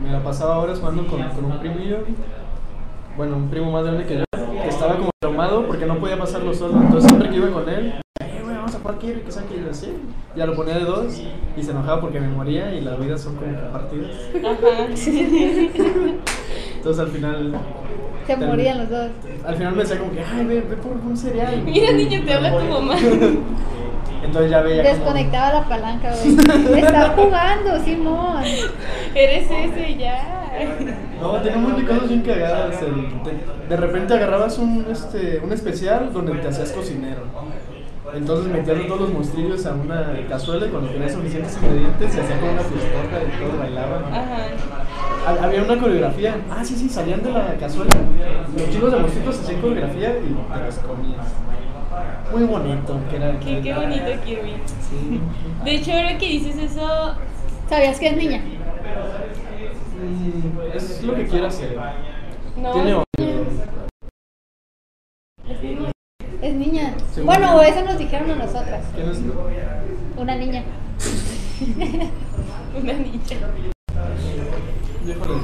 Speaker 4: me la pasaba horas jugando con, con un primillo. Bueno, un primo más grande que yo. Que estaba como traumado porque no podía pasarlo solo. Entonces siempre que iba con él, "Eh, güey, vamos a jugar quiere que saque y yo, "Sí". Ya lo ponía de dos y se enojaba porque me moría y las vidas son como compartidas.
Speaker 1: Ajá.
Speaker 4: Entonces al final.
Speaker 2: Se
Speaker 4: termi-
Speaker 2: morían los dos.
Speaker 4: Al final me decía como que, ay, ve, ve por un cereal.
Speaker 1: Mira, niño, te habla tu mamá.
Speaker 4: Entonces ya veía como-
Speaker 2: Desconectaba la palanca, güey. Está jugando, Simón.
Speaker 1: Eres ese ya.
Speaker 4: No, tenemos picados bien cagadas. el- te- este, de repente agarrabas un, este, un especial donde te hacías cocinero. Entonces metías todos los monstrillos a una cazuela y cuando tenías suficientes ingredientes se hacía como una fiestorta y todos
Speaker 1: Ah.
Speaker 4: bailaban.
Speaker 1: Ajá.
Speaker 4: Ha- Había una coreografía. Ah, sí, sí, salían de la cazuela. Los chicos de monstruitos hacían coreografía y te los comías. Muy bonito, que era.
Speaker 1: Qué, qué bonito, Kirby.
Speaker 4: Sí.
Speaker 1: De hecho, ahora que dices eso,
Speaker 2: ¿Sabías que es niña?
Speaker 4: Mm, es lo que quiero hacer.
Speaker 1: no.
Speaker 4: Tiene
Speaker 2: Es niña.
Speaker 4: Según
Speaker 2: Bueno,
Speaker 4: yo.
Speaker 2: eso nos dijeron a nosotras.
Speaker 4: ¿Quién es?
Speaker 2: Una niña.
Speaker 1: Una niña.
Speaker 4: Híjole.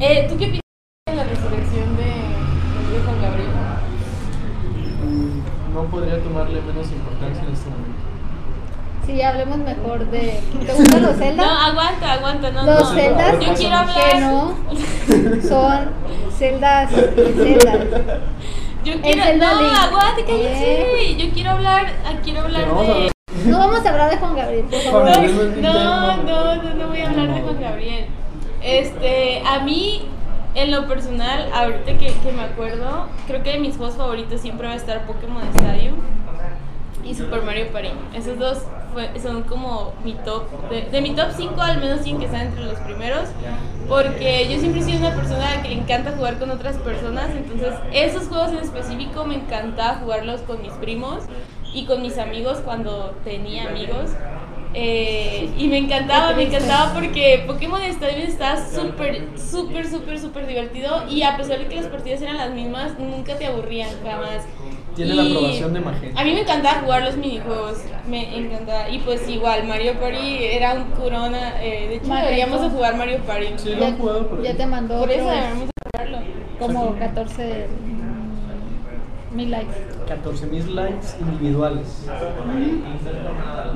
Speaker 1: Eh, ¿Tú qué piensas de la resurrección de, de Juan Gabriel?
Speaker 4: Mm, no podría tomarle menos importancia en este momento.
Speaker 2: Sí, hablemos mejor de. ¿Te gustan los Zelda?
Speaker 1: No, aguanta, aguanta, no,
Speaker 2: Los
Speaker 1: no.
Speaker 2: celdas
Speaker 1: Yo quiero hablar.
Speaker 2: que no son celdas celdas.
Speaker 1: Yo quiero.
Speaker 2: Zelda
Speaker 1: No,
Speaker 2: Link. Eh.
Speaker 1: aguante, cállate. Yo quiero hablar. ah, Quiero hablar
Speaker 4: Pero vamos a
Speaker 1: de.
Speaker 4: ver.
Speaker 2: No vamos a hablar de Juan Gabriel, por favor.
Speaker 4: Juan Gabriel. Hablemos de
Speaker 1: No,
Speaker 4: Nintendo.
Speaker 1: no, no, no voy a hablar de Juan Gabriel. Este, a mí, en lo personal, ahorita que, que me acuerdo, creo que de mis juegos favoritos siempre va a estar Pokémon Stadium y Super Mario Party. Esos dos fue- son como mi top, de, de mi top 5 al menos 100 que están entre los primeros. Porque yo siempre he sido una persona que le encanta jugar con otras personas, entonces esos juegos en específico me encantaba jugarlos con mis primos y con mis amigos cuando tenía amigos. Eh, y me encantaba, me encantaba porque Pokémon Stadium está súper, súper, súper, súper divertido y a pesar de que las partidas eran las mismas, nunca te aburrían jamás.
Speaker 4: Tiene la
Speaker 1: Y
Speaker 4: aprobación de Magenta.
Speaker 1: A mí me encantaba jugar los minijuegos, me encantaba. Y pues igual, Mario Party era un corona, eh, de hecho
Speaker 2: Magenta.
Speaker 1: deberíamos de jugar Mario Party.
Speaker 4: Sí, lo
Speaker 2: Ya,
Speaker 4: han jugado por
Speaker 2: ya
Speaker 4: ahí.
Speaker 2: te mandó
Speaker 1: Por eso eh,
Speaker 2: otro, este,
Speaker 1: deberíamos de jugarlo.
Speaker 2: como 14 mm, mil likes.
Speaker 4: 14.000 likes individuales.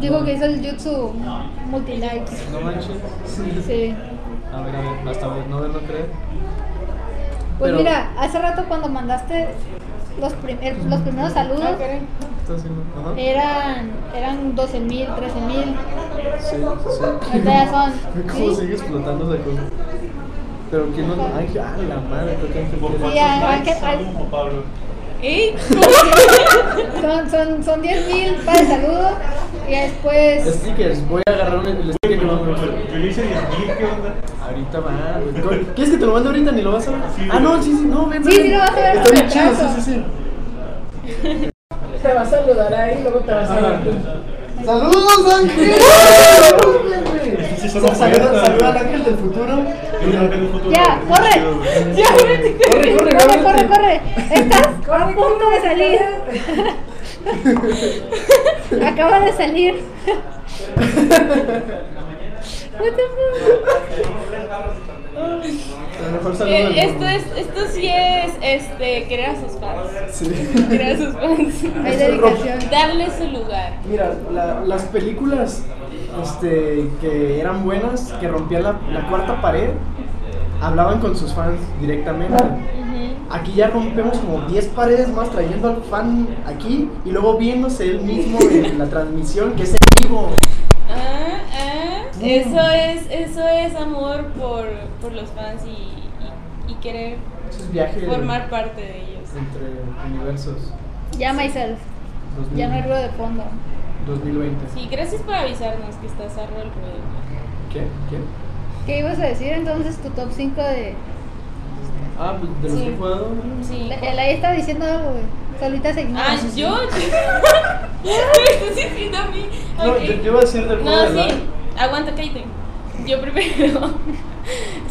Speaker 2: Digo que hizo el jutsu multi likes.
Speaker 4: No manches.
Speaker 2: Sí.
Speaker 4: A ver, a ver, hasta ver, no ver, no creer.
Speaker 2: Pues
Speaker 4: Pero-
Speaker 2: mira, hace rato cuando mandaste los, prim- el- los primeros saludos,
Speaker 1: Ah, caray.
Speaker 4: Está haciendo. Ajá.
Speaker 2: Eh, Eran, eran 12 mil, 13 mil.
Speaker 4: Sí, sí.
Speaker 2: Ahorita ya son.
Speaker 4: ¿Cómo
Speaker 2: sí.
Speaker 4: sigue explotando esa cosa? Pero quién no. Ay, a la madre, creo que hay que
Speaker 6: Por
Speaker 4: poner-
Speaker 2: Sí, ya.
Speaker 6: cuántos likes,
Speaker 2: hay que-
Speaker 6: saludo, Pablo.
Speaker 1: ¿Eh?
Speaker 2: Son, son, son 10 mil para el saludo. Y ya después.
Speaker 4: Stickers, voy a agarrar un, el sticker que no me gusta.
Speaker 6: Yo le hice 10.000, ¿qué onda?
Speaker 4: Ahorita va, güey. ¿Quieres que te lo mande ahorita ni lo vas a ver?
Speaker 6: Sí,
Speaker 4: ah,
Speaker 6: güey.
Speaker 4: no, sí, sí, no, ven,
Speaker 2: Sí,
Speaker 4: ven.
Speaker 2: sí lo vas a ver,
Speaker 4: Está bien
Speaker 2: te
Speaker 4: chido, sí,
Speaker 2: abrazo.
Speaker 4: sí, sí.
Speaker 3: Te va a saludar ahí y luego te
Speaker 4: Ah,
Speaker 3: vas a ver tú.
Speaker 4: ¡Saludos, Ángel!
Speaker 6: Sí, solo
Speaker 4: Saluda-
Speaker 6: cuenta,
Speaker 4: Saluda al
Speaker 6: güey.
Speaker 4: Ángel del futuro.
Speaker 6: Yo creo que en un futuro-
Speaker 2: Ya, corre.
Speaker 6: güey.
Speaker 1: Ya, vete, corre.
Speaker 4: Corre,
Speaker 2: Corre, corre,
Speaker 4: corre.
Speaker 2: corre. Estás a punto de salir. Acaba de salir. What the fuck?
Speaker 4: El mejor saludo del
Speaker 1: Eh, esto,
Speaker 4: mundo.
Speaker 1: es, esto sí es este, querer a sus fans.
Speaker 4: Sí.
Speaker 1: Querer a sus
Speaker 2: Hay
Speaker 1: fans.
Speaker 2: dedicación.
Speaker 1: Darle su lugar.
Speaker 4: Mira, la- las películas este, que eran buenas, que rompían la, la cuarta pared, hablaban con sus fans directamente.
Speaker 1: Ujú.
Speaker 4: Aquí ya rompemos como 10 paredes más trayendo al fan aquí y luego viéndose él mismo en la transmisión, que es en vivo.
Speaker 1: Ah, ah, eso es, eso es amor por, por los fans y, y- y querer
Speaker 4: Eso es viaje
Speaker 1: formar parte de ellos.
Speaker 4: entre universos.
Speaker 2: Ya myself.
Speaker 4: 2000,
Speaker 2: Ya no hay ruido de fondo.
Speaker 4: 2020.
Speaker 1: Sí, gracias por avisarnos que estás a el ruedo.
Speaker 4: ¿Qué? ¿Qué?
Speaker 2: ¿Qué ibas a decir entonces tu top 5 de.?
Speaker 4: Ah, pues, de los
Speaker 1: Sí.
Speaker 4: que he jugado.
Speaker 1: Sí.
Speaker 2: El ahí está diciendo algo, güey. Solita se ignora.
Speaker 1: Ah, yo. Me estás diciendo a mí.
Speaker 4: No,
Speaker 1: Ok.
Speaker 4: yo, yo iba a decir del juego
Speaker 1: No,
Speaker 4: de la-
Speaker 1: sí, aguanta, cállate. Yo primero.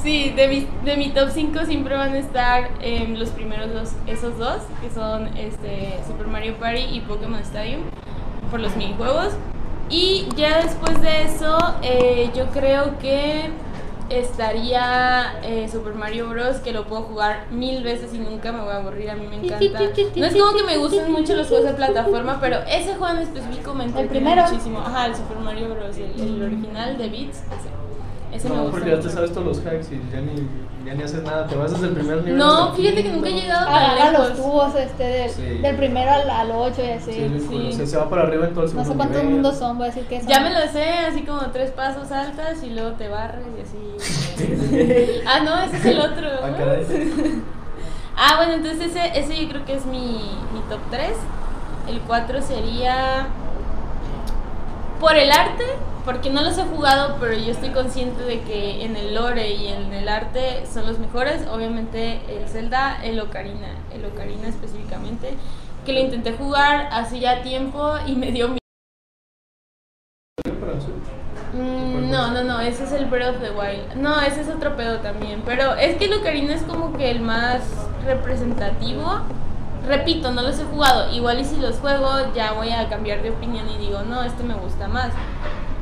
Speaker 1: sí, de mi, de mi top 5 siempre van a estar em, los primeros dos, esos dos, que son este, Super Mario Party y Pokémon Stadium, por los minijuegos. Y ya después de eso, eh, yo creo que estaría eh, Super Mario Bros. que lo puedo jugar mil veces y nunca me voy a aburrir. A mí me encanta. No es como que me gusten mucho los juegos de plataforma, pero ese juego en específico me entretiene
Speaker 2: primero.
Speaker 1: muchísimo. Ajá, el Super Mario Bros. El, el original de Beats. Ese, ese me
Speaker 4: No,
Speaker 1: gusta.
Speaker 4: porque ya te
Speaker 1: mucho.
Speaker 4: sabes todos los hacks y ya ni, ya ni haces nada, te vas desde el primer nivel.
Speaker 1: No,
Speaker 4: hasta el
Speaker 1: fíjate que
Speaker 4: quinto. Ah,
Speaker 1: nunca he llegado
Speaker 2: Agarra
Speaker 1: tan
Speaker 2: los
Speaker 1: lejos.
Speaker 2: tubos este, del,
Speaker 4: Sí.
Speaker 2: del primero al, al 8 y
Speaker 4: Sí,
Speaker 2: así.
Speaker 4: es bien cool,
Speaker 1: sí.
Speaker 4: o sea, se va para arriba en todo el
Speaker 2: no
Speaker 4: segundo
Speaker 2: sé cuántos
Speaker 4: nivel.
Speaker 2: mundos son, voy a decir que son.
Speaker 1: Ya me lo sé, así como tres pasos altas y luego te barres y así. ah, no, ese es el otro.
Speaker 4: Ah, caray.
Speaker 1: Ah, bueno, entonces ese, ese yo creo que es mi, mi top 3. El 4 sería por el arte, porque no los he jugado, pero yo estoy consciente de que en el lore y en el arte son los mejores. Obviamente el Zelda, el Ocarina, el Ocarina específicamente, que lo intenté jugar hace ya tiempo y me dio miedo. Mm, No, no, no, ese es el Breath of the Wild. No, ese es otro pedo también. Pero es que el Ocarina es como que el más representativo. Repito, no los he jugado. Igual y si los juego ya voy a cambiar de opinión y digo, no, este me gusta más.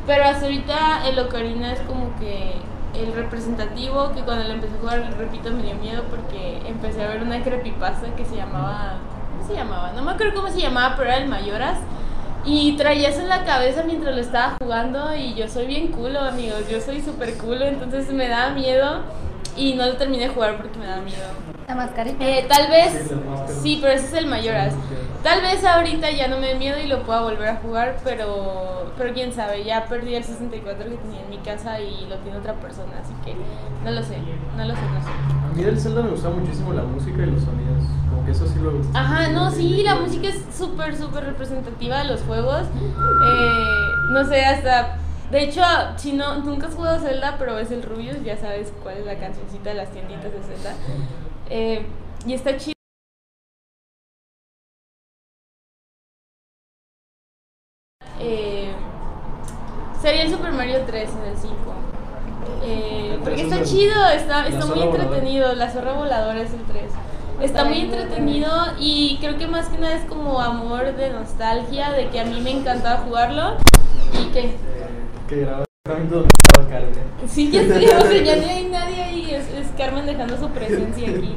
Speaker 1: Pero hasta ahorita el Ocarina es como que el representativo que cuando lo empecé a jugar, repito, me dio miedo porque empecé a ver una creepypasta que se llamaba... ¿Cómo se llamaba? No me acuerdo cómo se llamaba, pero era el Mayoras. Y traía eso en la cabeza mientras lo estaba jugando y yo soy bien culo, amigos, yo soy súper culo, entonces me daba miedo y no lo terminé de jugar porque me daba miedo.
Speaker 2: La mascarita.
Speaker 1: Eh, tal vez,
Speaker 4: Sí, las máscaras.
Speaker 1: sí, pero ese es el Mayoras. Tal vez ahorita ya no me dé miedo y lo pueda volver a jugar, pero, pero quién sabe, ya perdí el 64 que tenía en mi casa y lo tiene otra persona, así que no lo sé, no lo sé, no sé.
Speaker 4: A mí del Zelda me gustaba muchísimo la música y los sonidos, como que eso sí lo...
Speaker 1: Ajá, no, sí, la música es súper, súper representativa de los juegos. Eh, no sé, hasta... De hecho, si no, nunca has jugado Zelda, pero ves el Rubius, ya sabes cuál es la cancioncita de las tienditas de Zelda. Eh, y está chido. Eh, sería el Super Mario 3 en el 5. Eh,
Speaker 4: El tres
Speaker 1: porque
Speaker 4: es
Speaker 1: está
Speaker 4: el-
Speaker 1: chido, está, está
Speaker 4: zorra
Speaker 1: muy
Speaker 4: voladora.
Speaker 1: entretenido. La zorra voladora es el 3. Está muy entretenido y creo que más que nada es como amor de nostalgia, de que a mí me encantaba jugarlo y que
Speaker 4: Eh, Que grababa exactamente donde estaba Carmen.
Speaker 1: Sí, ya sé, o sea, ya ni hay nadie ahí, es, es Carmen dejando su presencia aquí.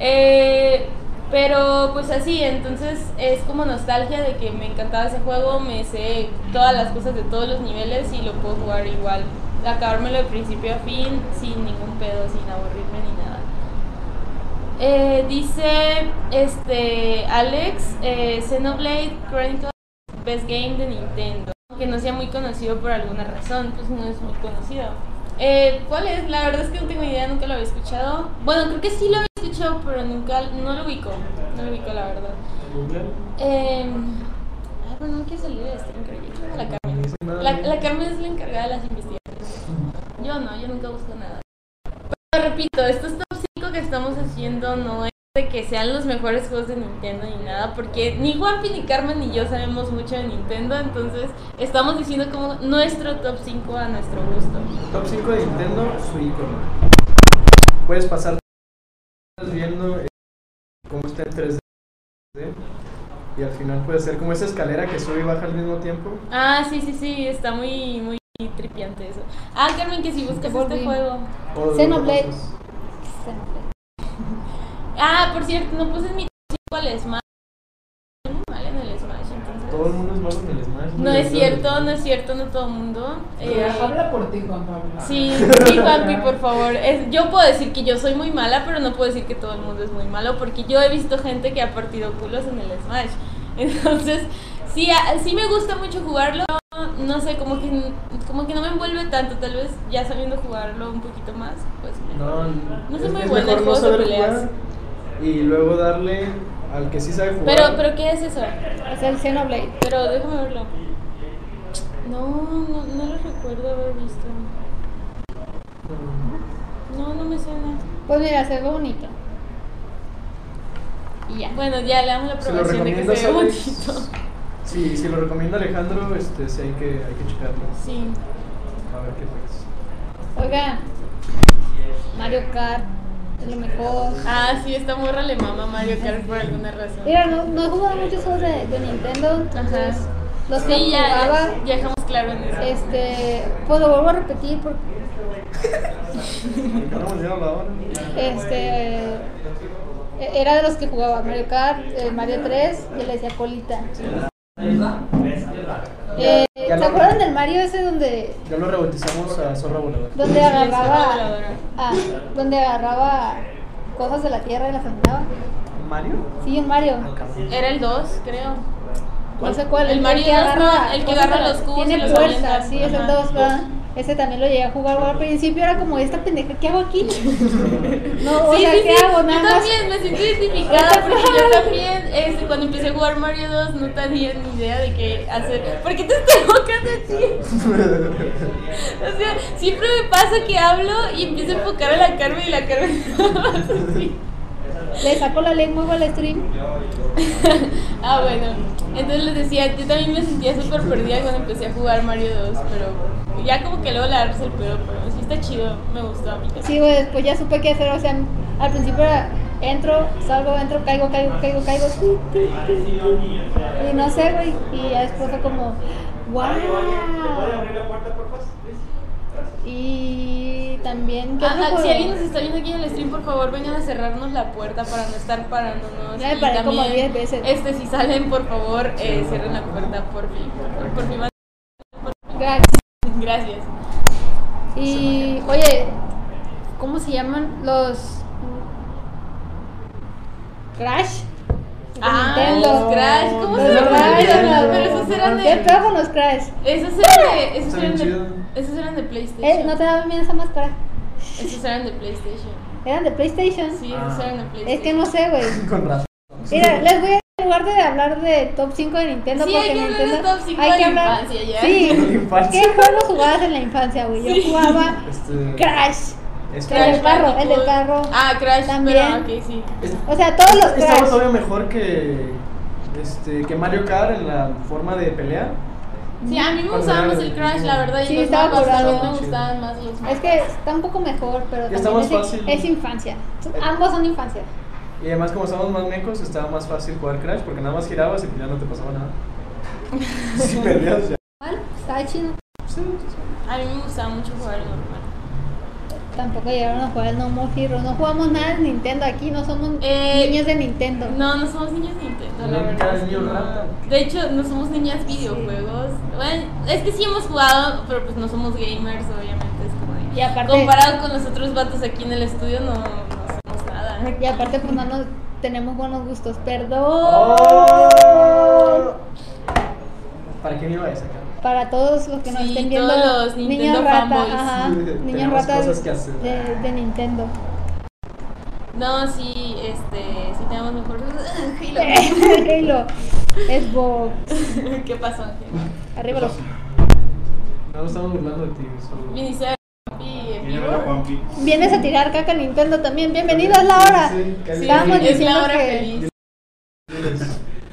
Speaker 1: Eh, pero pues así, entonces es como nostalgia de que me encantaba ese juego, me sé todas las cosas de todos los niveles y lo puedo jugar igual. Acabármelo de principio a fin, sin ningún pedo, sin aburrirme ni nada. Eh, dice este Alex, eh, Xenoblade Chronicles Best Game de Nintendo, que no sea muy conocido por alguna razón, pues no es muy conocido. Eh, ¿Cuál es? La verdad es que no tengo idea, nunca lo había escuchado. Bueno, creo que sí lo había escuchado, pero nunca, no lo ubico, no lo ubico la verdad. Eh, ah, bueno, no quiero salir de este, creo que yo tengo la Carmen. La, la Carmen es la encargada de las investigaciones. Yo no, yo nunca busco nada. Pero repito, estos top 5 que estamos haciendo no es de que sean los mejores juegos de Nintendo ni nada, porque ni Juanpi, ni Carmen, ni yo sabemos mucho de Nintendo, entonces estamos diciendo como nuestro top 5 a nuestro gusto.
Speaker 4: Top 5 de Nintendo, su icono. Puedes pasar estás viendo eh, cómo está en 3D. Y al final puede ser como esa escalera que sube y baja al mismo tiempo.
Speaker 1: Ah, sí, sí, sí, está muy, muy tripiante eso. Ah, Carmen, que si buscas
Speaker 2: Volví.
Speaker 1: este juego.
Speaker 4: O lo
Speaker 2: Xenoblade.
Speaker 4: conoces.
Speaker 2: Xenoblade.
Speaker 1: Ah, por cierto, no puse en mi top 5 al Smash. Soy muy mala en el Smash, entonces.
Speaker 4: Todo el mundo es malo en el Smash.
Speaker 1: No es cierto, no es cierto, no todo el mundo. Eh,
Speaker 3: Habla por ti, Juan Pablo.
Speaker 1: Sí, sí, Juanpi, por favor. Es- yo puedo decir que yo soy muy mala, pero no puedo decir que todo el mundo es muy malo, porque yo he visto gente que ha partido culos en el Smash. Entonces, sí, a- sí me gusta mucho jugarlo. No sé, como que, como que no me envuelve tanto. Tal vez ya sabiendo jugarlo un poquito más, pues me-
Speaker 4: No,
Speaker 1: No soy
Speaker 4: es,
Speaker 1: muy
Speaker 4: es
Speaker 1: buena en
Speaker 4: mejor no
Speaker 1: juegos de
Speaker 4: saber
Speaker 1: peleas.
Speaker 4: jugar y luego darle al que sí sabe jugar.
Speaker 1: Pero, pero, ¿qué es eso?
Speaker 2: Es el Xenoblade.
Speaker 1: Pero déjame verlo. No, no, no lo recuerdo haber visto. No, no me suena.
Speaker 2: Pues mira, se ve bonito. Y ya.
Speaker 1: Bueno, ya le damos la
Speaker 4: Si lo
Speaker 1: aprobación de que
Speaker 4: recomiendas,
Speaker 1: se ve
Speaker 4: Alex,
Speaker 1: bonito.
Speaker 4: Sí, si lo recomienda Alejandro, este, sí hay que, hay que checarlo.
Speaker 1: Sí.
Speaker 4: A ver qué pasa.
Speaker 2: Oigan, Mario Kart es lo mejor.
Speaker 1: Ah, sí, esta morra le mama a Mario Kart por alguna razón.
Speaker 2: Mira, no, no he jugado muchos juegos de, de Nintendo. Entonces,
Speaker 1: Ajá.
Speaker 2: los que
Speaker 1: Sí, ya,
Speaker 2: jugaba,
Speaker 1: ya, ya dejamos claro en eso.
Speaker 2: este, pues lo vuelvo a repetir porque
Speaker 4: Ya no hemos llegado a la hora.
Speaker 2: este, eh, era de los que jugaba Mario Kart, eh, Mario 3 y le decía colita. Eh, ¿Se
Speaker 4: Ya lo-
Speaker 2: acuerdan del Mario ese donde
Speaker 4: Ya lo rebautizamos a Zorra Voladora.
Speaker 2: donde
Speaker 1: es una
Speaker 2: agarraba
Speaker 1: voladora.
Speaker 2: ah, donde agarraba cosas de la tierra y las aventaba?
Speaker 4: ¿Mario?
Speaker 2: Sí, en Mario.
Speaker 4: Ah, cabrón.
Speaker 1: Era el 2, creo.
Speaker 2: No sé cuál.
Speaker 1: El Mario
Speaker 2: que
Speaker 1: dos,
Speaker 2: agarra
Speaker 1: no, el que
Speaker 2: cosas
Speaker 1: agarra
Speaker 2: a la-
Speaker 1: los cubos y
Speaker 2: Tiene
Speaker 1: los
Speaker 2: fuerza,
Speaker 1: avienta.
Speaker 2: sí, es el
Speaker 1: Ajá.
Speaker 2: 2, ¿verdad? Ese también lo llegué a jugar. bueno, al principio era como esta pendeja, ¿qué hago aquí? No, o
Speaker 1: sí,
Speaker 2: sea,
Speaker 1: sí,
Speaker 2: ¿qué
Speaker 1: sí.
Speaker 2: hago? Nada
Speaker 1: yo
Speaker 2: más.
Speaker 1: también me siento identificada porque yo también, este, cuando empecé a jugar Mario 2, no tenía ni idea de qué hacer. ¿Por qué te estoy enfocando a ti? O sea, siempre me pasa que hablo y empiezo a enfocar a la Carmen y la Carmen. Sí.
Speaker 2: Le saco la lengua luego al stream.
Speaker 1: Ah, bueno. Entonces les decía, yo también me sentía súper perdida cuando empecé a jugar Mario 2, pero ya como que luego la agarras el pedo, pero sí está chido, me gustó a mí.
Speaker 2: Sí, güey, después ya supe qué hacer. O sea, al principio era entro, salgo, entro, caigo, caigo, caigo, caigo. ti, ti, ti. Y no sé, güey. Y ya después fue como, wow. Y también, ¿qué otro
Speaker 1: Ajá, si
Speaker 2: juego?
Speaker 1: alguien nos está viendo aquí en el stream, por favor vengan a cerrarnos la puerta para no estar parándonos.
Speaker 2: Ya me
Speaker 1: Y
Speaker 2: paré como
Speaker 1: también,
Speaker 2: 10 veces.
Speaker 1: Este, si salen, por favor, eh, cierren la puerta, por fin. Por, por fin,
Speaker 2: Gracias.
Speaker 1: gracias.
Speaker 2: Y, oye, ¿cómo se llaman los. Crash? De
Speaker 1: Ah,
Speaker 2: Nintendo.
Speaker 1: los Crash, ¿cómo
Speaker 2: Los
Speaker 1: se me
Speaker 2: Crash,
Speaker 1: olvidaron?
Speaker 2: los-
Speaker 1: Pero esos eran
Speaker 2: ¿Qué
Speaker 1: de...
Speaker 2: pedo con los Crash?
Speaker 1: Esos eran de... Esos
Speaker 4: Está
Speaker 1: eran
Speaker 4: bien
Speaker 1: de,
Speaker 4: chido.
Speaker 1: esos eran de PlayStation.
Speaker 2: Eh, no te daba miedo esa máscara.
Speaker 1: Esos eran de PlayStation.
Speaker 2: Eran de PlayStation.
Speaker 1: Sí, esos eran de PlayStation.
Speaker 2: Es que no sé, güey.
Speaker 4: Con razón.
Speaker 2: Mira, les voy a en lugar de hablar de top 5 de Nintendo
Speaker 1: Sí, hay
Speaker 2: porque
Speaker 1: que hablar de
Speaker 2: Nintendo
Speaker 1: top cinco de la infancia, ya.
Speaker 2: Sí.
Speaker 4: De la infancia.
Speaker 2: ¿Qué juegos jugabas en la infancia, güey? Yo
Speaker 1: Sí.
Speaker 2: jugaba
Speaker 4: Este,
Speaker 2: Crash.
Speaker 4: es-
Speaker 2: El del carro, el
Speaker 1: Bandicoot.
Speaker 2: del carro.
Speaker 1: Ah, Crash
Speaker 2: También.
Speaker 1: Pero, ok, sí.
Speaker 4: es-
Speaker 2: O sea, todos los
Speaker 4: Estaba
Speaker 2: Crash.
Speaker 4: todavía mejor que, este, que Mario Kart en la forma de pelea.
Speaker 1: Sí, a mí me
Speaker 4: Cuando
Speaker 1: gustaba
Speaker 4: era
Speaker 1: más el
Speaker 4: de-
Speaker 1: Crash, la verdad. Y
Speaker 2: Sí,
Speaker 1: los
Speaker 2: estaba
Speaker 1: mapas
Speaker 2: curado.
Speaker 1: también me gustaban más los mapas.
Speaker 2: Es que está un poco mejor, pero
Speaker 4: Está
Speaker 2: también
Speaker 4: más
Speaker 2: es, in-
Speaker 4: fácil. Eh.
Speaker 2: es infancia. Ambos son infancia.
Speaker 4: Y además, como estábamos más mecos, estaba más fácil jugar Crash porque nada más girabas y ya no te pasaba nada. si perdías ya.
Speaker 2: ¿Cuál? Estaba chido.
Speaker 1: A mí me gustaba mucho jugar el normal.
Speaker 2: Tampoco llegaron a jugar el No More Heroes. No jugamos nada de Nintendo aquí. No somos
Speaker 1: Eh,
Speaker 2: niños de Nintendo.
Speaker 1: No, no somos niños de Nintendo, la
Speaker 4: No,
Speaker 1: verdad.
Speaker 4: cada
Speaker 1: es que
Speaker 4: niño
Speaker 1: no.
Speaker 4: rata.
Speaker 1: De hecho, no somos niñas videojuegos. Bueno, es que sí hemos jugado, pero pues no somos gamers, obviamente. Es como de-
Speaker 2: Y aparte-
Speaker 1: Comparado con los otros vatos aquí en el estudio, no, no somos nada. importa.
Speaker 2: Y aparte, pues no nos tenemos buenos gustos. Perdón.
Speaker 4: ¡Oh! ¿Para qué me iba a sacar?
Speaker 2: Para todos los que nos
Speaker 1: Sí,
Speaker 2: estén viendo,
Speaker 1: todos los Nintendo
Speaker 2: niños rata,
Speaker 1: fanboys.
Speaker 2: ajá, niños
Speaker 4: Tenemos cosas
Speaker 2: ratas
Speaker 4: que hacer.
Speaker 2: de, de Nintendo.
Speaker 1: No, sí, este, sí tenemos mejor. Halo.
Speaker 2: Halo, Xbox,
Speaker 1: ¿Qué pasó, Ángel?
Speaker 2: arriba los.
Speaker 4: No nos estamos burlando de ti, solo.
Speaker 1: Viniste a Juanpi en
Speaker 6: Viene a
Speaker 1: vivo.
Speaker 6: ver a Juanpi.
Speaker 2: Vienes a tirar caca a Nintendo también. Bienvenido, es la hora.
Speaker 4: Sí, cállate.
Speaker 1: Sí,
Speaker 2: Estábamos
Speaker 1: es
Speaker 2: diciendo
Speaker 1: la hora
Speaker 2: que-
Speaker 1: feliz.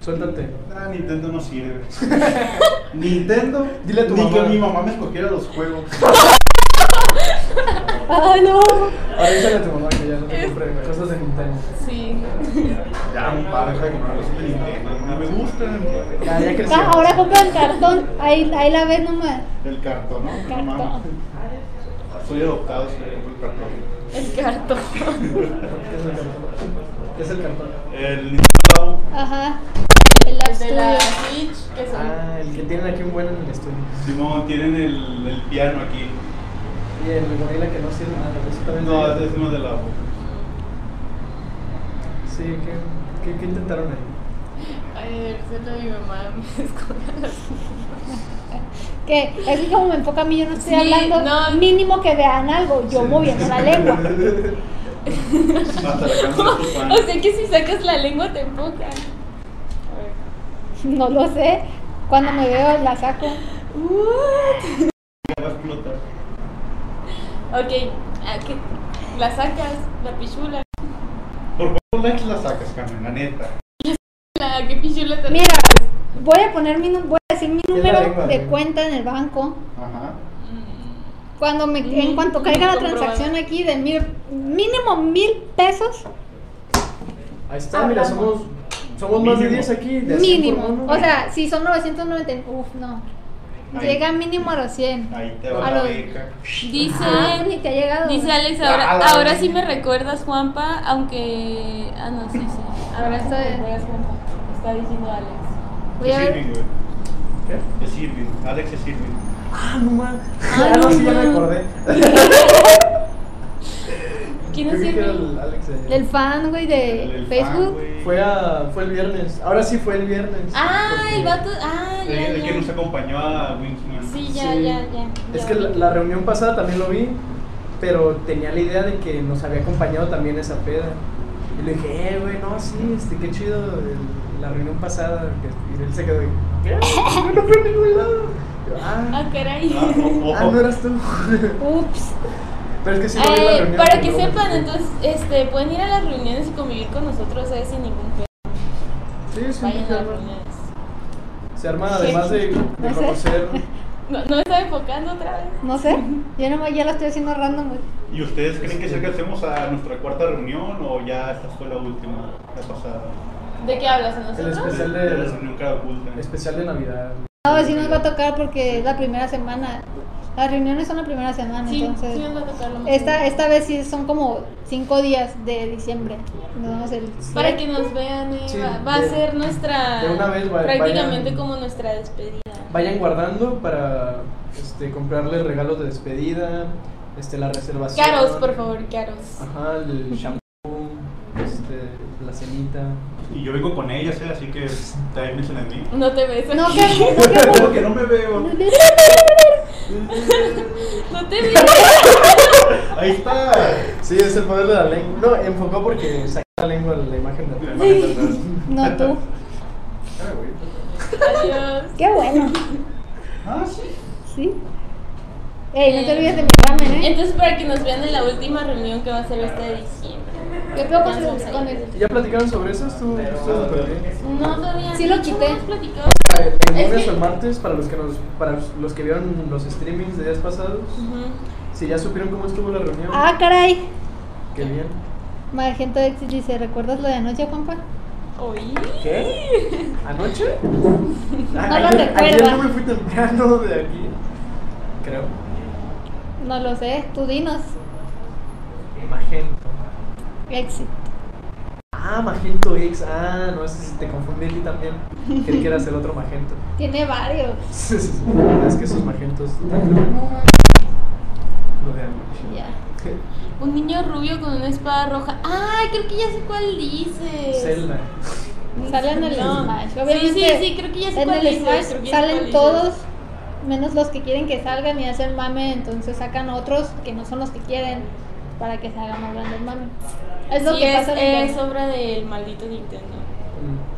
Speaker 4: Suéltate.
Speaker 6: Ah, Nintendo no sirve. Nintendo.
Speaker 4: Dile a tu
Speaker 6: ni
Speaker 4: mamá.
Speaker 6: que mi mamá me escogiera los juegos.
Speaker 2: ¡Ay, Ah, no!
Speaker 4: Ahora dígale a tu mamá que ya no te compre cosas de Nintendo.
Speaker 1: Sí.
Speaker 6: Ya, mi padre deja de comprar cosas de Nintendo. No me gustan.
Speaker 4: Ya, ya creció.
Speaker 2: Ah, ahora compra el cartón. Ahí, ahí la ves nomás.
Speaker 6: El cartón, ¿no?
Speaker 2: Cartón.
Speaker 6: No mames. Soy adoptado, soy el
Speaker 1: El
Speaker 6: cartón.
Speaker 1: cartón.
Speaker 4: Es el cartón. Es el cartón.
Speaker 6: El Nintendo.
Speaker 2: Ajá. El App
Speaker 1: El de la
Speaker 2: Studio.
Speaker 1: Switch, que son.
Speaker 4: Ah, el que tienen aquí un buen en el estudio.
Speaker 6: Simón, tienen el, el piano aquí.
Speaker 4: Y el gorila que no sirve nada, eso también.
Speaker 6: No, ese es uno de la.
Speaker 4: Sí, ¿qué, qué, qué intentaron ahí?
Speaker 1: Ay, de hacerlo mi mamá me esconde las
Speaker 2: Que es que como me enfoca a mí, yo no estoy
Speaker 1: Sí,
Speaker 2: hablando.
Speaker 1: no.
Speaker 2: Mínimo que vean algo. Yo moviendo la lengua.
Speaker 6: Hasta la canción de tu pan.
Speaker 1: O sea que si sacas la lengua te enfoca.
Speaker 2: No lo sé. Cuando me veo, la saco.
Speaker 6: Va a explotar.
Speaker 1: Ok, ah, ¿qué? la sacas, la pichula.
Speaker 6: ¿Por cuántos likes la sacas, Carmen? La neta.
Speaker 1: La, ¿Qué pichula te
Speaker 2: Mira, voy a poner mi, nu- voy a decir mi
Speaker 4: la
Speaker 2: número
Speaker 4: lengua,
Speaker 2: de
Speaker 4: güey.
Speaker 2: cuenta en el banco.
Speaker 6: Ajá.
Speaker 2: Cuando me,
Speaker 1: Mm,
Speaker 2: en cuanto caiga la
Speaker 1: comprobado.
Speaker 2: transacción aquí de mil, mínimo mil pesos,
Speaker 4: Ahí está, mira, somos, somos más de
Speaker 6: Mínimo.
Speaker 4: 10 aquí. De cien
Speaker 2: mínimo.
Speaker 4: por uno.
Speaker 2: O sea, si son 990, uff, no.
Speaker 6: Ahí.
Speaker 2: Llega mínimo a los 100.
Speaker 6: Ahí te va
Speaker 2: A
Speaker 6: la
Speaker 2: los-
Speaker 6: beca.
Speaker 2: Ah,
Speaker 1: Dice,
Speaker 2: ni te ha llegado.
Speaker 1: dice Alex,
Speaker 6: Ah,
Speaker 1: ahora,
Speaker 6: la
Speaker 1: ahora
Speaker 6: verdad.
Speaker 1: sí me recuerdas Juanpa, aunque... Ah, no, sí, sí. Ahora sí
Speaker 2: Está
Speaker 1: me
Speaker 2: bien.
Speaker 1: recuerdas Juanpa, está diciendo Alex.
Speaker 2: Voy a
Speaker 6: Es
Speaker 2: ver.
Speaker 6: Irving, güey. ¿Qué? Es Irving. Alex es Irving.
Speaker 4: Ah, no mames.
Speaker 1: Ah,
Speaker 4: Ah,
Speaker 1: no
Speaker 4: no, sí, ya me
Speaker 1: mames.
Speaker 4: acordé.
Speaker 1: ¿Quién
Speaker 4: Yo
Speaker 1: es
Speaker 4: vi que era
Speaker 1: Irving?
Speaker 4: el Alex de-
Speaker 2: El fan, güey, de
Speaker 6: El- el fan,
Speaker 2: Eh, Facebook.
Speaker 6: güey.
Speaker 4: Fue, a, fue el viernes. Ahora sí fue el viernes.
Speaker 1: Ah,
Speaker 4: Porque-
Speaker 1: el vato... Ah,
Speaker 6: El,
Speaker 1: ya,
Speaker 6: el que nos
Speaker 1: ya.
Speaker 6: acompañó a Wingsman.
Speaker 1: Sí, ya,
Speaker 4: Sí.
Speaker 1: ya, ya.
Speaker 4: Es
Speaker 1: ya.
Speaker 4: que la, la reunión pasada también lo vi, pero tenía la idea de que nos había acompañado también esa peda. Y le dije, eh, güey, no, sí, este, qué chido el- la reunión pasada. que- Y él se quedó de, ¿qué? Yo no fui a ningún lado. Yo, ah,
Speaker 1: Ah, caray.
Speaker 6: Ah, o-
Speaker 4: ah,
Speaker 6: ojo.
Speaker 4: no eras tú.
Speaker 2: Ups.
Speaker 4: pero es que sí lo vi la
Speaker 1: Eh,
Speaker 4: reunión.
Speaker 1: para
Speaker 4: y
Speaker 1: que
Speaker 4: no,
Speaker 1: sepan,
Speaker 4: sí.
Speaker 1: entonces, este, pueden ir a las reuniones y convivir con nosotros eh, sin ningún pedo.
Speaker 4: Sí, sí,
Speaker 1: Vayan
Speaker 4: se
Speaker 1: a las
Speaker 4: arma.
Speaker 1: reuniones.
Speaker 4: Se arma además de, de
Speaker 2: No sé.
Speaker 4: conocer.
Speaker 1: No, no me estaba enfocando otra vez.
Speaker 2: No sé. Yo nomás ya lo estoy haciendo random, güey.
Speaker 6: ¿Y ustedes creen que se alcancemos a nuestra cuarta reunión o ya esta fue la última, la pasada?
Speaker 1: ¿De qué hablas? ¿A
Speaker 4: El
Speaker 1: nosotros?
Speaker 4: especial
Speaker 6: De la
Speaker 4: de,
Speaker 6: reunión cada oculta.
Speaker 4: especial de Navidad.
Speaker 2: No, sí nos va a tocar porque es la primera semana. Las reuniones son la primera semana,
Speaker 1: Sí,
Speaker 2: entonces.
Speaker 1: sí nos va a tocar lo mismo.
Speaker 2: Esta, esta vez sí son como cinco días de diciembre. Nos vamos el.
Speaker 1: Para que nos vean, eh,
Speaker 4: Sí,
Speaker 1: va, va a
Speaker 4: de-
Speaker 1: ser nuestra.
Speaker 4: de una vez va-
Speaker 1: prácticamente
Speaker 4: vayan-
Speaker 1: como nuestra despedida.
Speaker 4: Vayan guardando para este, comprarle regalos de despedida, este, la reservación.
Speaker 1: Caros, por favor, caros.
Speaker 4: Ajá, el shampoo, este, la cenita.
Speaker 6: Y yo vengo con ellas, ¿eh? así que también piensen en mí.
Speaker 1: No te ves
Speaker 2: No,
Speaker 1: aquí.
Speaker 2: que no,
Speaker 6: Porque no me veo.
Speaker 1: No te ves.
Speaker 6: Ahí está.
Speaker 4: Sí, es el poder de la lengua. No, enfocó porque saca la lengua la imagen de
Speaker 6: La imagen de atrás.
Speaker 2: No, tú.
Speaker 6: Ah, güey.
Speaker 1: Adiós.
Speaker 2: Qué bueno.
Speaker 6: Ah, sí.
Speaker 2: Sí. Ey, no te olvides de mi ramen, ¿eh?
Speaker 1: Entonces, para que nos vean en la última reunión que va a ser este de diciembre.
Speaker 2: ¿Qué pedo con, su- con el.?
Speaker 4: ¿Ya platicaron sobre eso? ¿Estuvo estuvo súper bien?
Speaker 1: No, todavía.
Speaker 2: Sí lo
Speaker 1: no,
Speaker 2: quité.
Speaker 1: no hemos platicado.
Speaker 4: El el lunes
Speaker 1: Es que-
Speaker 4: o el martes, para los que nos, para los que vieron los streamings de días pasados,
Speaker 1: Ujú.
Speaker 4: si ya supieron cómo estuvo la reunión,
Speaker 2: Ah, caray.
Speaker 4: qué bien.
Speaker 2: Magento Exit dice: ¿Recuerdas lo de anoche, Juanpa?
Speaker 1: Oí.
Speaker 4: ¿Qué? ¿Anoche?
Speaker 2: No lo
Speaker 4: ayer, ayer
Speaker 2: recuerda.
Speaker 4: no me fui temprano de aquí. Creo.
Speaker 2: No lo sé. Tú dinos.
Speaker 4: Magento.
Speaker 2: Exit.
Speaker 4: Ah, Magento X. Ah, no, sé si te confundí a ti también. Creí que eras el otro Magento.
Speaker 2: Tiene varios.
Speaker 4: es que esos Magentos. Lo de anoche.
Speaker 2: Ya.
Speaker 1: Un niño rubio con una espada roja. Ay, creo que ya sé cuál dices.
Speaker 4: Zelda.
Speaker 2: Sale en el
Speaker 4: No.
Speaker 2: Smash.
Speaker 1: Sí,
Speaker 2: Obviamente,
Speaker 1: sí, sí, creo que ya sé
Speaker 2: En
Speaker 1: cuál
Speaker 2: el
Speaker 1: dices.
Speaker 2: Smash
Speaker 1: creo que ya sé cuál
Speaker 2: salen
Speaker 1: dices.
Speaker 2: todos, menos los que quieren que salgan y hacen mame, entonces sacan otros que no son los que quieren para que se haga más grande el mame. Es lo
Speaker 1: Sí,
Speaker 2: que
Speaker 1: es,
Speaker 2: pasa en
Speaker 1: es
Speaker 2: Nintendo.
Speaker 1: obra del maldito Nintendo.
Speaker 4: Mm.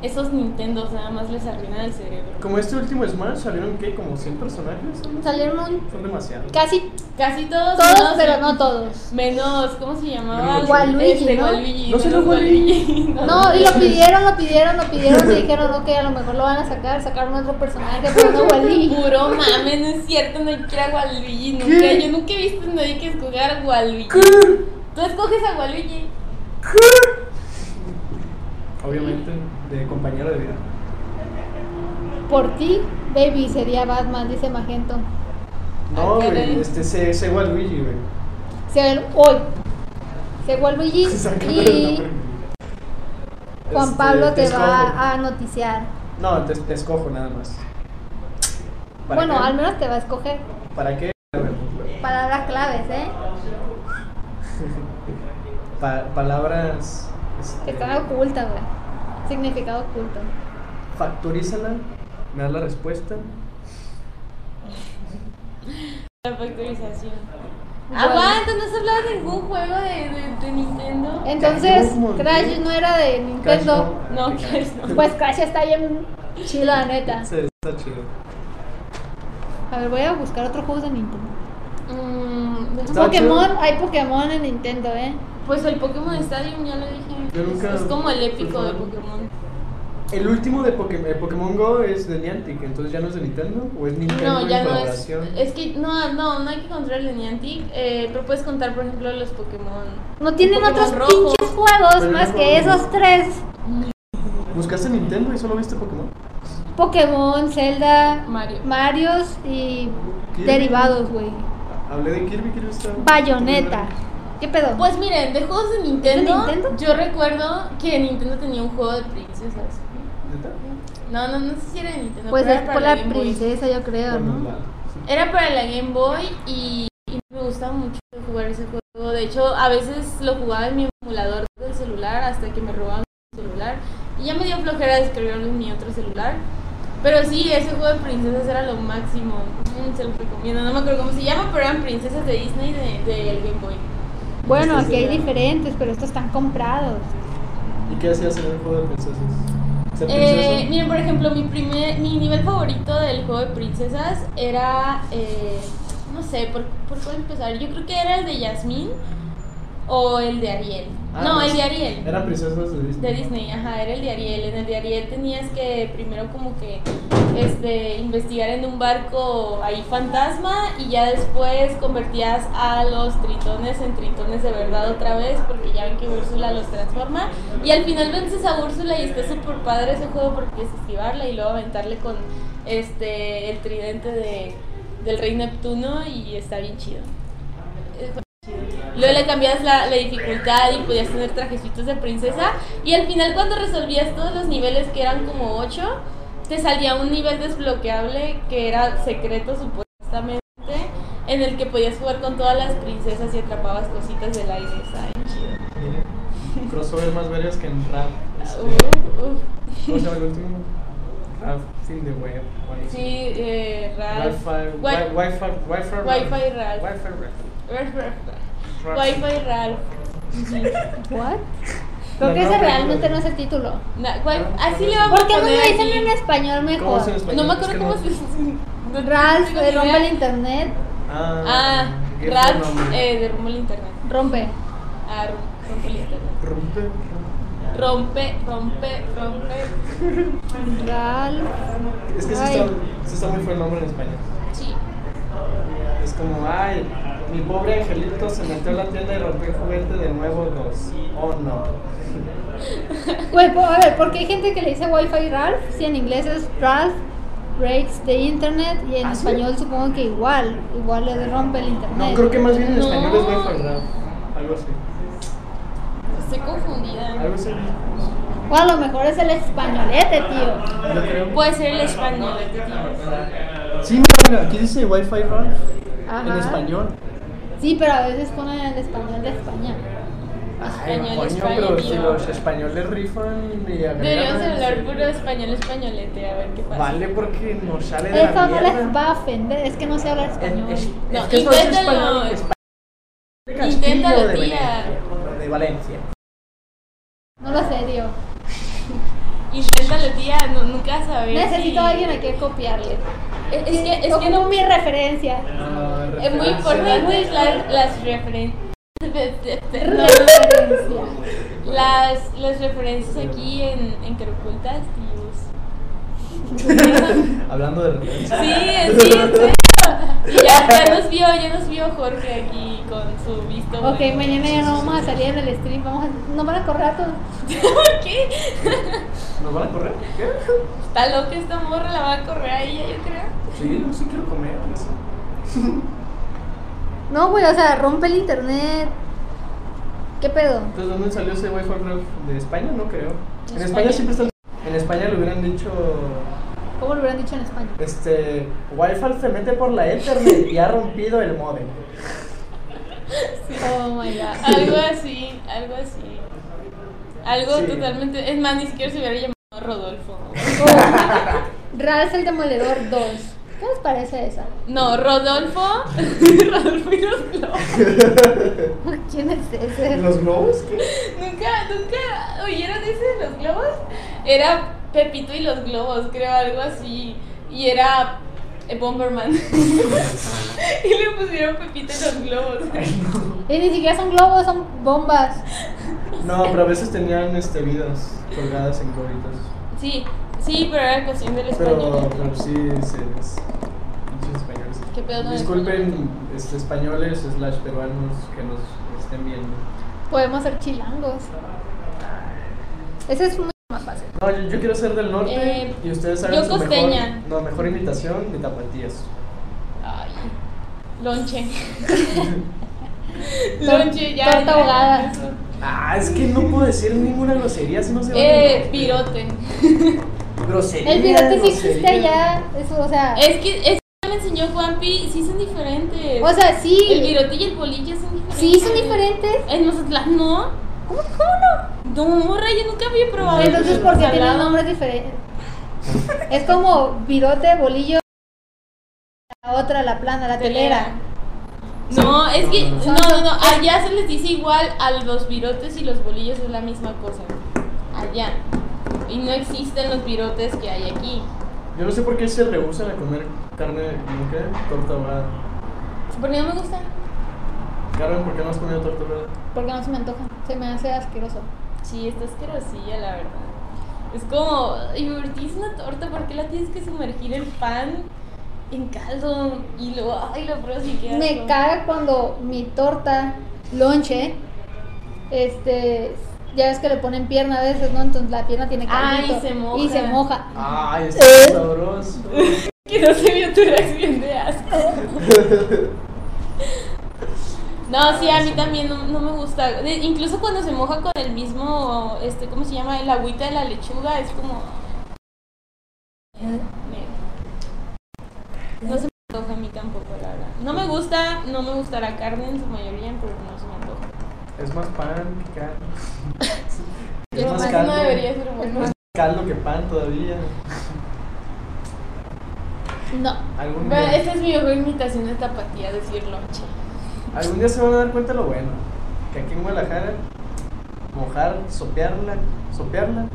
Speaker 1: Esos Nintendos nada más les arruinan el cerebro.
Speaker 4: Como este último Smash salieron, ¿qué? ¿Como 100 personajes?
Speaker 2: Salieron un-
Speaker 4: Son demasiados.
Speaker 2: casi
Speaker 1: Casi todos.
Speaker 2: todos,
Speaker 1: menos-
Speaker 2: pero no todos.
Speaker 1: Menos, ¿cómo se llamaba?
Speaker 4: Menos
Speaker 2: Waluigi,
Speaker 1: Este,
Speaker 2: ¿no?
Speaker 1: Waluigi,
Speaker 4: No salió
Speaker 1: menos
Speaker 4: Waluigi.
Speaker 2: No, y lo pidieron, lo pidieron, lo pidieron, y dijeron, ok, a lo mejor lo van a sacar, sacaron otro personaje, pero no Wally.
Speaker 1: Puro mame, no es cierto, no quiera Waluigi. Nunca,
Speaker 4: ¿Qué?
Speaker 1: yo nunca he visto a nadie que escogar Waluigi. Tú escoges a Waluigi.
Speaker 4: Obviamente, de compañero de vida.
Speaker 2: Por ti, baby, sería Batman, dice Magento.
Speaker 4: No,
Speaker 1: Ah,
Speaker 4: güey,
Speaker 1: caray.
Speaker 4: este se ese Waluigi, güey.
Speaker 2: Se ven hoy. Se Waluigi
Speaker 4: Sacándole
Speaker 2: y
Speaker 4: el nombre.
Speaker 2: Juan
Speaker 4: Este,
Speaker 2: Pablo te
Speaker 4: escojo.
Speaker 2: va a noticiar.
Speaker 4: No, te, te escojo nada más. ¿Para
Speaker 2: Bueno,
Speaker 4: qué?
Speaker 2: al menos te va a escoger
Speaker 4: ¿Para qué? A ver, güey.
Speaker 2: palabras claves, ¿eh?
Speaker 4: Pa- palabras.
Speaker 2: Que
Speaker 4: Este,
Speaker 2: están ocultas, güey. Significado oculto.
Speaker 4: factorízala, me das la respuesta.
Speaker 1: La factorización. Ah,
Speaker 2: Bueno.
Speaker 1: Aguanta, no has hablado de ningún juego de, de- de Nintendo.
Speaker 2: Entonces,
Speaker 4: ¿cómo?
Speaker 2: Crash no era de
Speaker 4: Crash,
Speaker 2: Nintendo.
Speaker 4: Ah,
Speaker 1: No, Crash no.
Speaker 2: Pues Crash está bien chido, la neta.
Speaker 4: Sí, está chido.
Speaker 2: A ver, voy a buscar otro juego de Nintendo.
Speaker 1: Mm,
Speaker 4: Está
Speaker 2: Pokémon,
Speaker 4: chido.
Speaker 2: hay Pokémon en Nintendo, ¿eh?
Speaker 1: pues el Pokémon Stadium, ya lo dije.
Speaker 4: Yo nunca-
Speaker 1: es como el épico de
Speaker 4: Ujú.
Speaker 1: Pokémon.
Speaker 4: El último de Poké- eh, Pokémon Go es de Niantic, entonces ya no es de Nintendo o es Nintendo
Speaker 1: No, ya
Speaker 4: en
Speaker 1: no es.
Speaker 4: colaboración.
Speaker 1: Es que no, no, no hay que controlar el Niantic. Eh, pero puedes contar, por ejemplo, los Pokémon.
Speaker 2: No tienen
Speaker 1: Pokémon
Speaker 2: otros
Speaker 1: rojo.
Speaker 2: pinches juegos
Speaker 4: Pero
Speaker 2: más
Speaker 4: no-
Speaker 2: que esos tres.
Speaker 4: ¿Buscaste Nintendo y solo viste Pokémon?
Speaker 2: Pokémon, Zelda,
Speaker 1: Mario.
Speaker 2: Marios y
Speaker 4: ¿Qué?
Speaker 2: derivados, güey.
Speaker 4: Hablé de Kirby, Kirby está.
Speaker 2: Bayoneta. ¿Qué pedo?
Speaker 1: Pues miren, de juegos de Nintendo,
Speaker 2: ¿De Nintendo?
Speaker 1: yo recuerdo que Nintendo tenía un juego de princesas.
Speaker 4: ¿Neta?
Speaker 1: No, no, no sé si era de Nintendo.
Speaker 2: Pues
Speaker 1: pero
Speaker 2: es
Speaker 1: era
Speaker 2: por
Speaker 1: para
Speaker 2: la
Speaker 1: Game Boy.
Speaker 2: princesa, yo creo,
Speaker 4: Bueno,
Speaker 2: ¿no?
Speaker 4: la-
Speaker 1: Era para la Game Boy y, y me gustaba mucho jugar ese juego. De hecho, a veces lo jugaba en mi emulador del celular hasta que me robaban mi celular. Y ya me dio flojera descargarlo en mi otro celular. Pero sí, ese juego de princesas era lo máximo. Mm, se lo recomiendo. No me acuerdo cómo se llama, pero eran princesas de Disney del de, del Game Boy.
Speaker 2: Bueno,
Speaker 4: Sí, sí,
Speaker 2: aquí hay
Speaker 4: ya.
Speaker 2: diferentes, pero estos están comprados.
Speaker 4: ¿Y qué hacías en el juego de princesas? ¿Ser
Speaker 1: Eh,
Speaker 4: princesa?
Speaker 1: miren, por ejemplo, mi primer, mi nivel favorito del juego de princesas era, eh, no sé, ¿por, por cuál empezar? Yo creo que era el de Yasmín o el de Ariel.
Speaker 4: Ah,
Speaker 1: no,
Speaker 4: pues,
Speaker 1: el de Ariel.
Speaker 4: Eran princesas de Disney.
Speaker 1: De Disney, ajá, era el de Ariel. En el de Ariel tenías que primero como que este, investigar en un barco ahí fantasma y ya después convertías a los tritones en tritones de verdad otra vez porque ya ven que Úrsula los transforma y al final vences a Úrsula y está súper padre ese juego porque es esquivarla y luego aventarle con este el tridente de, del rey Neptuno y está bien chido. Eh, fue chido. Luego le cambiabas la, la dificultad y podías tener trajecitos de princesa y al final cuando resolvías todos los niveles que eran como 8 te salía un nivel desbloqueable que era secreto supuestamente en el que podías jugar con todas las princesas y atrapabas cositas del aire. Está bien chido.
Speaker 4: Mira, Eh, crossover más varias que en rap. este,
Speaker 1: Uf, uf.
Speaker 4: ¿Cómo se llama el último? Rap in the web. o algo así.
Speaker 1: Sí, eh, Ralph.
Speaker 4: Wi-Fi,
Speaker 1: Wi-
Speaker 4: Wi- Wi-Fi, Wi-Fi,
Speaker 1: Wi-Fi Ralph.
Speaker 4: Wi-Fi Ralph.
Speaker 1: Ralph, Ralph,
Speaker 4: Ralph.
Speaker 1: Wi-Fi Ralph.
Speaker 2: ¿What? Creo
Speaker 4: La
Speaker 2: que ese
Speaker 4: nueva
Speaker 2: realmente
Speaker 4: película.
Speaker 2: no es el título.
Speaker 1: Na- Wi- Así le vamos
Speaker 2: ¿Por
Speaker 1: a
Speaker 2: qué no lo
Speaker 1: poner
Speaker 2: dicen
Speaker 1: aquí.
Speaker 2: en español
Speaker 4: ¿Cómo
Speaker 2: mejor?
Speaker 4: se en español?
Speaker 1: No me
Speaker 4: Es
Speaker 1: acuerdo
Speaker 4: que
Speaker 1: cómo
Speaker 4: no-
Speaker 1: se no- no
Speaker 2: Ralph
Speaker 1: tengo
Speaker 2: eh,
Speaker 1: ni
Speaker 2: rompe
Speaker 1: idea.
Speaker 2: el internet,
Speaker 4: Ah,
Speaker 1: Ah,
Speaker 4: qué buen
Speaker 1: Ralph
Speaker 4: nombre.
Speaker 1: eh, derrumba el internet.
Speaker 2: rompe.
Speaker 1: Ah, rom- rompe el internet.
Speaker 4: Rompe, rompe.
Speaker 1: Rompe, rompe, rompe.
Speaker 2: Ralph.
Speaker 4: Es que sí
Speaker 2: Ay.
Speaker 4: está, sí está muy feo el nombre en español.
Speaker 1: Sí.
Speaker 4: Es como, ay, mi pobre angelito se metió a la tienda y rompió el juguete de nuevo dos. Oh no.
Speaker 2: Güey, Pues, po- a ver, porque hay gente que le dice Wi-Fi Ralph, si en inglés es Ralph breaks the internet y en
Speaker 4: ¿Ah, sí?
Speaker 2: español supongo que igual, igual le rompe el internet.
Speaker 4: No, creo que más bien en
Speaker 1: No.
Speaker 4: español es Wi-Fi Ralph. Algo así.
Speaker 1: Estoy confundida.
Speaker 4: Algo así.
Speaker 2: O a lo mejor es el españolete, tío.
Speaker 4: Yo creo.
Speaker 1: Puede ser el español. este tío.
Speaker 4: Sí, mira, mira, aquí dice Wi-Fi Ralph. En
Speaker 2: Ajá.
Speaker 4: español.
Speaker 2: Sí, pero a veces ponen en español de España.
Speaker 4: Ay,
Speaker 1: Español,
Speaker 4: coño,
Speaker 1: España,
Speaker 4: pero
Speaker 1: tío.
Speaker 4: si los españoles rifan y agregan-
Speaker 1: Deberíamos hablar puro español españolete, a ver qué pasa.
Speaker 4: Vale, porque nos sale de
Speaker 2: Eso
Speaker 4: la
Speaker 2: no
Speaker 4: mierda.
Speaker 2: les va a ofender, es que no sé hablar español.
Speaker 4: Es- es-
Speaker 1: No,
Speaker 4: es que no es
Speaker 1: inténtalo.
Speaker 4: español, es español de Castillo,
Speaker 1: Inténtalo, tía.
Speaker 4: de Venecia, o de Valencia.
Speaker 2: No lo sé, tío.
Speaker 1: Inténtalo, tía, no- nunca saber.
Speaker 2: Necesito a alguien a quien copiarle.
Speaker 1: Es, es que, es que
Speaker 2: Como
Speaker 1: no.
Speaker 2: mi referencia.
Speaker 1: Es muy importante las, las referencias.
Speaker 2: Referencia.
Speaker 1: Las, las referencias aquí en, en Carocultas, tíos.
Speaker 4: Hablando de referencias.
Speaker 1: Sí, sí, sí. Y ya, ya nos vio, ya nos vio Jorge aquí con su visto.
Speaker 2: Ok,
Speaker 1: bueno.
Speaker 2: mañana ya no vamos a salir en el stream, vamos a... Nos van a correr a todos.
Speaker 1: ¿Por qué?
Speaker 4: ¿Nos van a correr? ¿Qué?
Speaker 1: Está loca esta morra, la va a correr a ella, yo creo.
Speaker 4: Sí, no sí quiero comer.
Speaker 2: No, güey, o sea, rompe el internet. ¿Qué pedo?
Speaker 4: Entonces, ¿dónde salió ese Wi-Fi Rev? ¿De España? No creo. En España,
Speaker 1: España.
Speaker 4: siempre están. En España le hubieran dicho.
Speaker 2: ¿Cómo lo hubieran dicho en España?
Speaker 4: Este. Wi-Fi se mete por la Ethernet y ha rompido el modem.
Speaker 2: Oh my god.
Speaker 1: Algo así, algo así. Algo
Speaker 4: Sí.
Speaker 1: totalmente. Es más, ni siquiera se hubiera llamado Rodolfo.
Speaker 2: Ralph el Demoledor 2. ¿Qué les parece esa?
Speaker 1: No, Rodolfo. Rodolfo y los globos.
Speaker 2: ¿Quién es ese?
Speaker 4: globos? ¿Qué?
Speaker 1: Nunca, nunca oyeron ese de los globos. Era Pepito y los globos, creo, algo así. Y era eh, Bomberman. y le pusieron Pepito y los globos.
Speaker 2: Y ni siquiera son globos, son bombas.
Speaker 4: No, pero a veces tenían este, vidas colgadas en gorritos.
Speaker 1: Sí, sí, pero era cuestión del
Speaker 4: Pero,
Speaker 1: español.
Speaker 4: pero sí, se les- Muchos españoles.
Speaker 1: ¿Qué pedo con el
Speaker 4: Disculpen este, españoles slash peruanos que nos estén viendo.
Speaker 2: Podemos ser chilangos. Ese es mucho más fácil.
Speaker 4: No, yo, yo quiero ser del norte
Speaker 1: Eh,
Speaker 4: y ustedes saben
Speaker 1: yo
Speaker 4: su
Speaker 1: costeña.
Speaker 4: mejor, no, mejor imitación de tapatías.
Speaker 1: Ay, lonche. lonche, ya.
Speaker 2: Torta
Speaker 1: ya.
Speaker 2: ahogada.
Speaker 4: Ah, es que no puedo decir ninguna grosería si no se va
Speaker 1: Eh,
Speaker 4: a
Speaker 1: pirote.
Speaker 4: Grosería.
Speaker 2: El pirata sí existe
Speaker 4: grosería.
Speaker 2: ya. Eso, o sea.
Speaker 1: Es que, es que me enseñó Juanpi, sí son diferentes.
Speaker 2: O sea,
Speaker 1: el
Speaker 2: sí.
Speaker 1: virote y el bolillo son diferentes.
Speaker 2: Sí, son diferentes.
Speaker 1: En Mazatlán no.
Speaker 2: ¿Cómo, cómo no?
Speaker 1: No, morra, yo nunca había probado.
Speaker 2: Entonces, ¿por qué tienen
Speaker 1: Salado.
Speaker 2: nombres diferentes? Es como virote, bolillo. La otra, la plana, la telera.
Speaker 1: No, es que,
Speaker 4: No,
Speaker 1: no, no, no, allá se les dice igual a los virotes y los bolillos es la misma cosa. Allá. Y no existen los virotes que hay aquí.
Speaker 4: Yo no sé por qué se rehusan a comer carne, ¿no qué? Torta ahogada.
Speaker 1: Por mí no me gusta.
Speaker 4: Carmen, ¿por qué no has comido torta ahogada?
Speaker 2: Porque no se me antoja. Se me hace asqueroso.
Speaker 1: Sí, está asquerosilla, la verdad. Es como, y me vertís una torta, ¿por qué la tienes que sumergir el pan en caldo? Y luego, ay, lo pruebas y queda.
Speaker 2: Me caga cuando mi torta, lonche, este, ya ves que le ponen pierna a veces, ¿no? Entonces la pierna tiene
Speaker 1: Ay,
Speaker 2: caldito
Speaker 1: se moja.
Speaker 2: Y se moja.
Speaker 4: Ay, está
Speaker 2: Eh.
Speaker 4: bien sabroso.
Speaker 1: Que no se vio tu reacción de asco. No, sí, a mí también no, no me gusta. De- incluso cuando se moja con el mismo, este, ¿cómo se llama? El agüita de la lechuga, es como... No se me antoja a mí tampoco, la verdad. No me gusta, no me gusta la carne en su mayoría, pero no se me antoja.
Speaker 4: Es más pan que carne.
Speaker 1: Y
Speaker 4: Es más
Speaker 1: además
Speaker 4: caldo.
Speaker 1: no debería ser bueno.
Speaker 4: Caldo que pan todavía.
Speaker 2: No.
Speaker 4: Algún
Speaker 1: Pero
Speaker 4: día,
Speaker 2: este-
Speaker 1: esta es mi mejor imitación de tapatía, decir lonche.
Speaker 4: algún día se van a dar cuenta lo bueno. Que aquí en Guadalajara, mojar, sopearla, sopearla,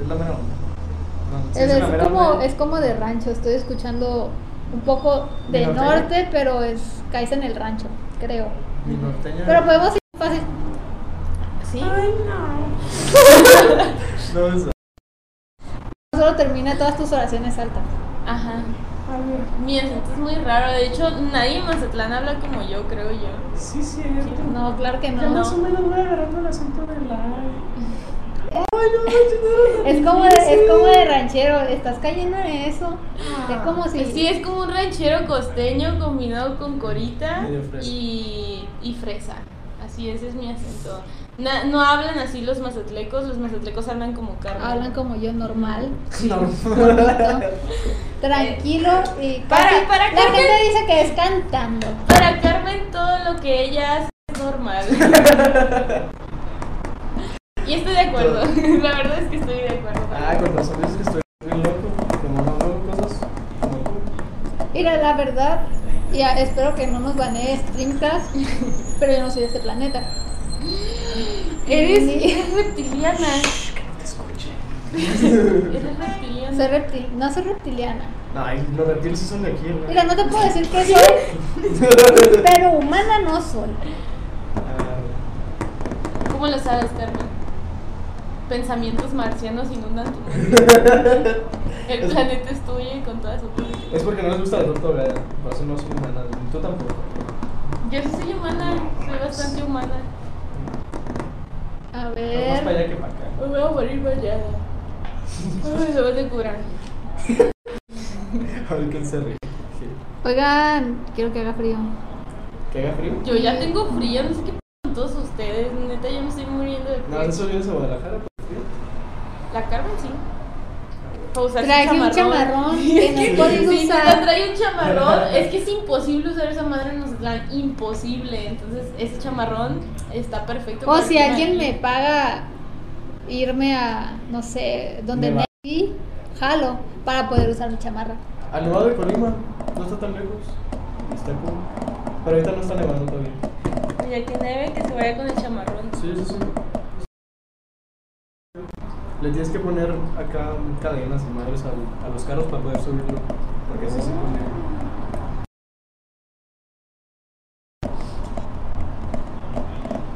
Speaker 4: es la mera onda. No, sí
Speaker 2: Es,
Speaker 4: la mera
Speaker 2: como,
Speaker 4: onda.
Speaker 2: es como de rancho, estoy escuchando un poco de
Speaker 4: ¿De norteño?
Speaker 2: norte, pero es caes en el rancho, creo.
Speaker 4: Mi norteña.
Speaker 2: Pero podemos ir fácil.
Speaker 1: ¿Sí?
Speaker 2: pues
Speaker 4: No, es-
Speaker 2: Solo termina todas tus oraciones altas.
Speaker 1: Ajá. Mi acento es muy raro, de hecho nadie en Mazatlán habla como yo, creo yo.
Speaker 4: Sí, sí, es cierto.
Speaker 2: No, claro que
Speaker 4: Ya
Speaker 2: no.
Speaker 4: más o menos voy agarrando el acento de la.
Speaker 2: Es como, de, es como de ranchero, estás cayendo en eso. Es como si...
Speaker 1: Ah, pues Sí, es como un ranchero costeño combinado con corita
Speaker 4: Medio fresa.
Speaker 1: y, y fresa. Así ese es mi acento. Na- no hablan así los mazatlecos, los mazatlecos hablan como carne.
Speaker 2: Hablan como yo, normal.
Speaker 4: No.
Speaker 2: Tranquilo y
Speaker 1: Para-
Speaker 2: casi-
Speaker 1: Eh, para
Speaker 2: la
Speaker 1: Carmen-
Speaker 2: gente dice que es cantando.
Speaker 1: Para a Carmen todo lo que ella hace es normal. y estoy de acuerdo. La verdad es que estoy de acuerdo.
Speaker 4: Ah, con razón, es que estoy bien loco. Como no hago cosas como tú.
Speaker 2: Mira, la verdad, y a- espero que no nos banee Streamcast, pero yo no soy de este planeta.
Speaker 1: Eres,
Speaker 2: Ni-
Speaker 1: eres reptiliana. Eres reptiliana.
Speaker 2: Soy reptil, no soy reptiliana.
Speaker 4: Ay, los reptiles sí son de aquí, ¿no?
Speaker 2: Mira, no te puedo decir que soy, pero humana no soy.
Speaker 4: Ah,
Speaker 1: ¿Cómo lo sabes, Carmen? Pensamientos marcianos inundan tu mente. El planeta es tuyo y con toda su público.
Speaker 4: Es porque no les gusta la tortuga, ¿eh? por eso no son humanas, ni tú tampoco.
Speaker 1: Yo sí soy humana, soy bastante humana.
Speaker 2: A
Speaker 4: Más para
Speaker 2: ver.
Speaker 4: allá que para acá.
Speaker 1: Me voy a morir mañana. Ay, se van a curar.
Speaker 4: A ver quién se ríe. Sí.
Speaker 2: Oigan, quiero que haga frío.
Speaker 4: ¿Que haga frío?
Speaker 1: Yo ya tengo frío, no sé qué p- con todos ustedes. Neta, yo me estoy muriendo de
Speaker 4: No,
Speaker 1: frío.
Speaker 4: eso vienes a Guadalajara. por frío.
Speaker 1: La Carmen sí. Para usar su
Speaker 2: Traje un chamarrón que no he podido
Speaker 1: Sí,
Speaker 2: usar.
Speaker 1: Neta, trae un chamarrón. Es que es imposible usar esa madre en Mazatlán. Imposible. Entonces, ese chamarrón está perfecto.
Speaker 2: O
Speaker 1: para
Speaker 2: si
Speaker 1: estar
Speaker 2: alguien me
Speaker 1: aquí.
Speaker 2: paga irme a, no sé, donde
Speaker 4: Nevada.
Speaker 2: me y jalo para poder usar mi chamarra.
Speaker 4: Al Nevado de Colima, no está tan lejos. Está cool. Pero ahorita no está nevando todavía.
Speaker 1: Ya que debe que se vaya con el chamarrón.
Speaker 4: Sí, sí, sí. Le tienes que poner acá cadenas y madres al- a, los carros para poder subirlo. Porque así se pone.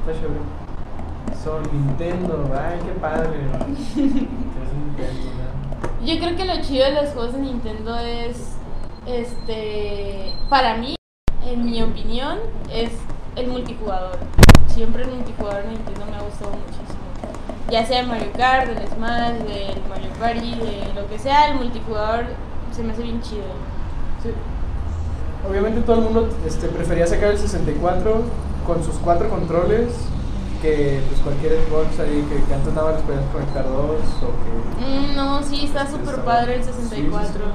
Speaker 4: Está chévere. Son Nintendo, ay, qué padre. es Nintendo, ¿verdad?
Speaker 1: Yo creo que lo chido de los juegos de Nintendo es, este, para mí, en mi opinión, es el multijugador. Siempre el multijugador de Nintendo me ha gustado muchísimo. Ya sea el Mario Kart, el Smash, del Mario Party, de lo que sea, el multijugador se me hace bien chido.
Speaker 4: Sí. Obviamente todo el mundo este, prefería sacar el 64 con sus cuatro controles que pues cualquier Xbox ahí que, que antes nada más les podías conectar dos o que...
Speaker 1: Mm, no, sí, está súper padre el 64.
Speaker 4: Sí, sí, sí.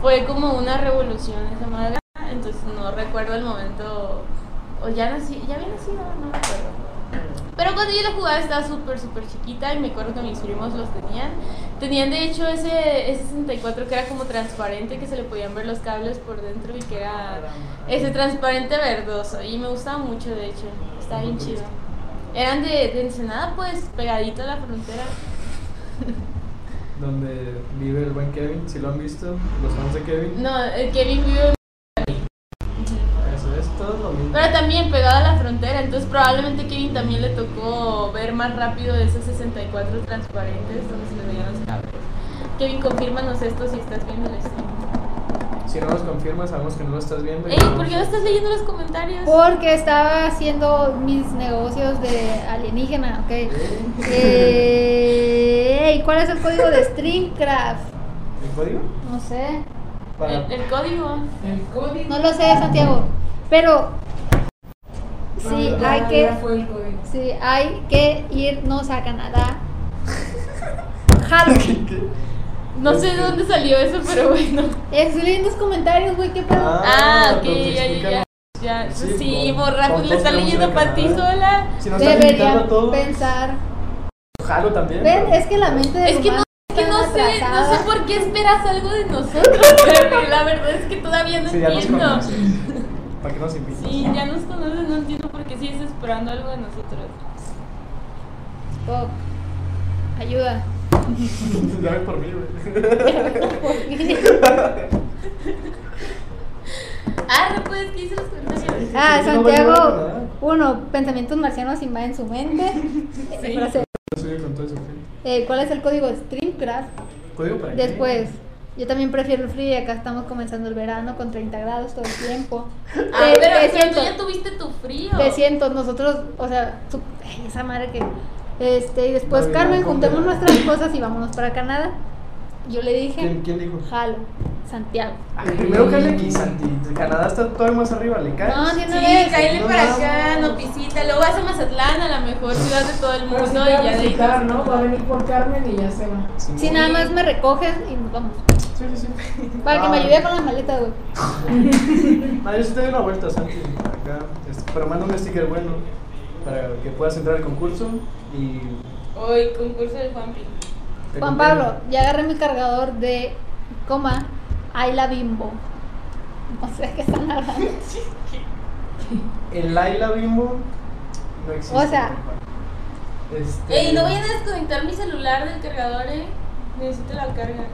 Speaker 1: Fue como una revolución esa madre. Entonces no recuerdo el momento. O ya nací, ya había nacido, no me acuerdo. Pero cuando yo lo jugaba estaba súper, súper chiquita y me acuerdo que mis primos los tenían. Tenían de hecho ese, ese 64 que era como transparente, que se le podían ver los cables por dentro y que era ese transparente verdoso. Y me gustaba mucho, de hecho. Estaba bien chido. Eran de, de Ensenada, pues, pegadito a la frontera.
Speaker 4: Donde vive el buen Kevin, si lo han visto, los fans de Kevin.
Speaker 1: No, el Kevin vive en
Speaker 4: Eso es todo lo mismo.
Speaker 1: Pero también pegado a la frontera, entonces probablemente Kevin también le tocó ver más rápido esos 64 transparentes donde se le veían los cables. Kevin, confírmanos esto si estás viendo el stream.
Speaker 4: Si no nos confirmas, sabemos que no lo estás viendo. y
Speaker 1: Ey,
Speaker 4: no
Speaker 1: ¿por qué no estás leyendo los comentarios?
Speaker 2: Porque estaba haciendo mis negocios de alienígena, ok. Eh, ¿y ¿Cuál es el código de Streamcraft?
Speaker 4: ¿El código?
Speaker 2: No sé.
Speaker 4: Para...
Speaker 1: El, el código.
Speaker 3: El código.
Speaker 2: No lo sé, Santiago. Pero sí
Speaker 3: Ah,
Speaker 2: hay
Speaker 3: ya
Speaker 2: que,
Speaker 3: fue el código.
Speaker 2: sí hay que irnos a Canadá. Halloween.
Speaker 1: No sé de dónde salió eso, pero bueno.
Speaker 2: Estoy leyendo los comentarios, güey, qué pedo.
Speaker 1: Ah, ok,
Speaker 4: entonces
Speaker 1: ya, ya, ya. Ya,
Speaker 4: explícanos. Sí,
Speaker 1: pues sí,
Speaker 4: con-
Speaker 1: borra,
Speaker 4: con
Speaker 1: pues le
Speaker 4: dos
Speaker 1: está
Speaker 4: tenemos
Speaker 1: leyendo
Speaker 4: una
Speaker 1: para ti
Speaker 4: canadá.
Speaker 1: sola.
Speaker 4: Si no estás limitando
Speaker 2: Deberían
Speaker 4: todo,
Speaker 2: pensar.
Speaker 4: jalo también.
Speaker 2: Ven,
Speaker 4: pero-
Speaker 2: es que la mente del
Speaker 1: Es que no,
Speaker 2: humano
Speaker 1: es que
Speaker 2: está
Speaker 1: no sé, no sé
Speaker 2: atrasada.
Speaker 1: por qué esperas algo de nosotros, Kevin. La verdad es que todavía no
Speaker 4: Sí, ya nos
Speaker 1: entiendo.
Speaker 4: conoces. ¿Para qué nos invitas?
Speaker 1: Sí, ya nos conoces, no entiendo por qué sigues esperando algo de nosotros.
Speaker 2: Oh, Ayuda. Ah,
Speaker 4: Ya ves por mí, güey.
Speaker 1: Ah, no puedes que hice los comentarios.
Speaker 2: Ah,
Speaker 4: Sí, no voy a llevar nada.
Speaker 2: Santiago, uno, pensamientos marcianos invaden su mente. Eh, frase,
Speaker 4: Yo soy con todo eso, ¿ok?
Speaker 2: eh, ¿Cuál es el código de Streamcraft?
Speaker 4: ¿Código para qué?
Speaker 2: Después, yo también prefiero el frío y acá estamos comenzando el verano con 30 grados todo el tiempo.
Speaker 1: Ah, pero,
Speaker 2: Te- te
Speaker 1: pero tú
Speaker 2: siento,
Speaker 1: ya tuviste tu frío.
Speaker 2: te siento, nosotros, o sea, su- ay, esa madre que... Este, y después,
Speaker 4: Navidad,
Speaker 2: Carmen,
Speaker 4: compra.
Speaker 2: juntemos nuestras cosas y vámonos para Canadá. Yo le
Speaker 4: ¿Quién,
Speaker 2: dije,
Speaker 4: quién dijo?
Speaker 2: jalo, Santiago.
Speaker 4: Ah, primero que aquí, Santi. Canadá está todavía más arriba, le caes.
Speaker 2: No, de
Speaker 1: Sí,
Speaker 2: una vez.
Speaker 1: cáele
Speaker 4: ¿Eh? no,
Speaker 1: para
Speaker 4: no.
Speaker 1: acá, nos visita. Luego vas a Mazatlán, a la mejor ciudad de todo el
Speaker 3: Pero sí
Speaker 1: mundo.
Speaker 3: te
Speaker 1: y
Speaker 3: va a
Speaker 1: ya de ahí.
Speaker 3: visitar, ¿no? Va a venir por Carmen y ya se va.
Speaker 4: Sí,
Speaker 2: Si
Speaker 4: no.
Speaker 2: nada más me recoges y nos vamos.
Speaker 4: Sí, sí, sí.
Speaker 2: Para que me
Speaker 4: Ah.
Speaker 2: ayude con las maletas, güey.
Speaker 4: Madre, yo sí te doy una vuelta, Santi, acá. Este, Pero manda un sticker bueno para que puedas entrar al concurso y.
Speaker 1: Hoy, concurso del Juanpi.
Speaker 4: te
Speaker 2: Juan
Speaker 4: acompañe.
Speaker 2: Pablo, ya agarré mi cargador de coma, ahí la bimbo. No sé qué están hablando.
Speaker 4: El Laila Bimbo no existe.
Speaker 2: O sea.
Speaker 4: Este,
Speaker 1: Ey, no voy a desconectar mi celular del cargador, eh. Necesito la carga.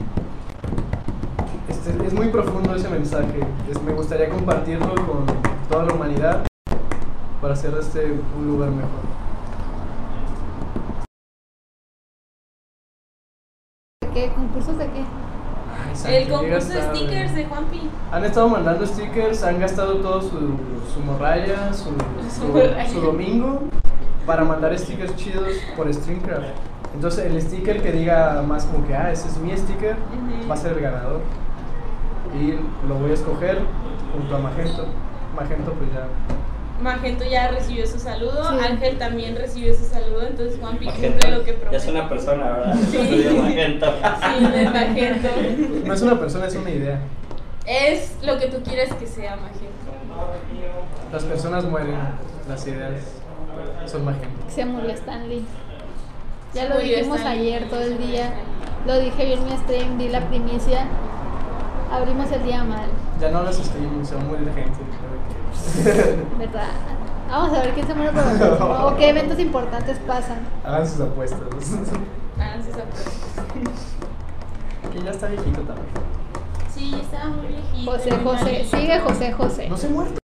Speaker 4: este, es muy profundo ese mensaje. Es- me gustaría compartirlo con toda la humanidad para hacer de este un lugar mejor.
Speaker 2: ¿Qué concursos de qué?
Speaker 4: Ay, Santi,
Speaker 1: El
Speaker 4: llegas
Speaker 1: concurso de
Speaker 4: tarde.
Speaker 1: stickers de Juanpi.
Speaker 4: Han estado mandando stickers, han gastado todo su, su morralla, su,
Speaker 1: Su
Speaker 4: su-
Speaker 1: morralla.
Speaker 4: su domingo para mandar stickers chidos por Streamcraft. Entonces el sticker que diga más como que, ah, ese es mi sticker,
Speaker 1: Ujú.
Speaker 4: va a ser el ganador. Y lo voy a escoger junto a Magento. Magento pues ya.
Speaker 1: Magento ya recibió su saludo,
Speaker 2: Sí.
Speaker 1: Ángel también recibió su saludo, entonces Juanpi
Speaker 7: Magenta.
Speaker 1: cumple lo que
Speaker 7: Ya
Speaker 1: prometió.
Speaker 7: es una persona, ¿verdad? Estudio Magenta.
Speaker 1: Sí, de Magento.
Speaker 4: No es una persona, es una idea.
Speaker 1: es lo que tú quieres que sea Magento.
Speaker 4: Las personas mueren, las ideas son Magento.
Speaker 2: Se murió Stanley. Ya
Speaker 1: Se
Speaker 2: lo
Speaker 1: murió
Speaker 2: dijimos
Speaker 1: Stanley.
Speaker 2: ayer todo el día. Lo dije yo en mi stream, di la primicia. Abrimos el día mal,
Speaker 4: Ya no las streaming, se va a morir gente. creo
Speaker 2: ¿verdad? Vamos a ver quién se muere por lo o qué eventos importantes pasan.
Speaker 4: que- Hagan sus apuestas.
Speaker 1: Hagan sus apuestas.
Speaker 4: que ya está viejito también.
Speaker 1: Sí, estaba muy viejito.
Speaker 2: José
Speaker 1: muy
Speaker 2: José,
Speaker 1: malito.
Speaker 2: sigue José José.
Speaker 4: No se ha muerto.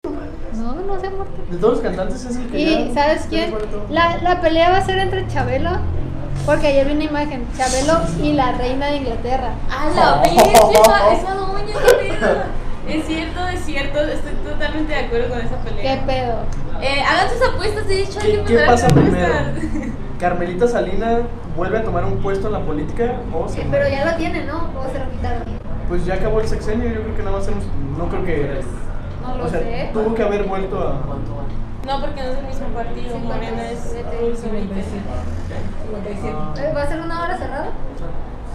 Speaker 2: No, no se muerto.
Speaker 4: De todos los cantantes es el que
Speaker 2: Y
Speaker 4: ya-
Speaker 2: ¿sabes
Speaker 4: ya
Speaker 2: quién?
Speaker 4: se muerto.
Speaker 2: La, la pelea va a ser entre Chabelo, porque ayer vi una imagen, Chabelo y la reina de Inglaterra.
Speaker 1: ¡A
Speaker 4: Oh.
Speaker 1: la verga! esa- ¡Esa doña, qué pedo! Es cierto, es cierto, estoy totalmente de acuerdo con esa
Speaker 2: ¿Qué
Speaker 1: pelea.
Speaker 2: pedo?
Speaker 1: Eh, hagan sus apuestas, he dicho, hay que
Speaker 4: ¿Qué, qué
Speaker 1: empezar a
Speaker 4: pasa
Speaker 1: hacer
Speaker 4: primero?
Speaker 1: apuestas.
Speaker 4: ¿Carmelita Salina vuelve a tomar un puesto en la política o se
Speaker 2: Pero
Speaker 4: muere?
Speaker 2: ya lo tiene, ¿no? O se lo quitaron.
Speaker 4: Pues ya acabó el sexenio, yo creo que nada más hemos... No creo que...
Speaker 2: No lo
Speaker 4: o sea,
Speaker 2: sé.
Speaker 4: tuvo que haber vuelto a...
Speaker 1: No, porque no es el mismo partido, Morena es Rules ahorita.
Speaker 3: 57. 57.
Speaker 2: Eh, ¿Va a ser una hora cerrada?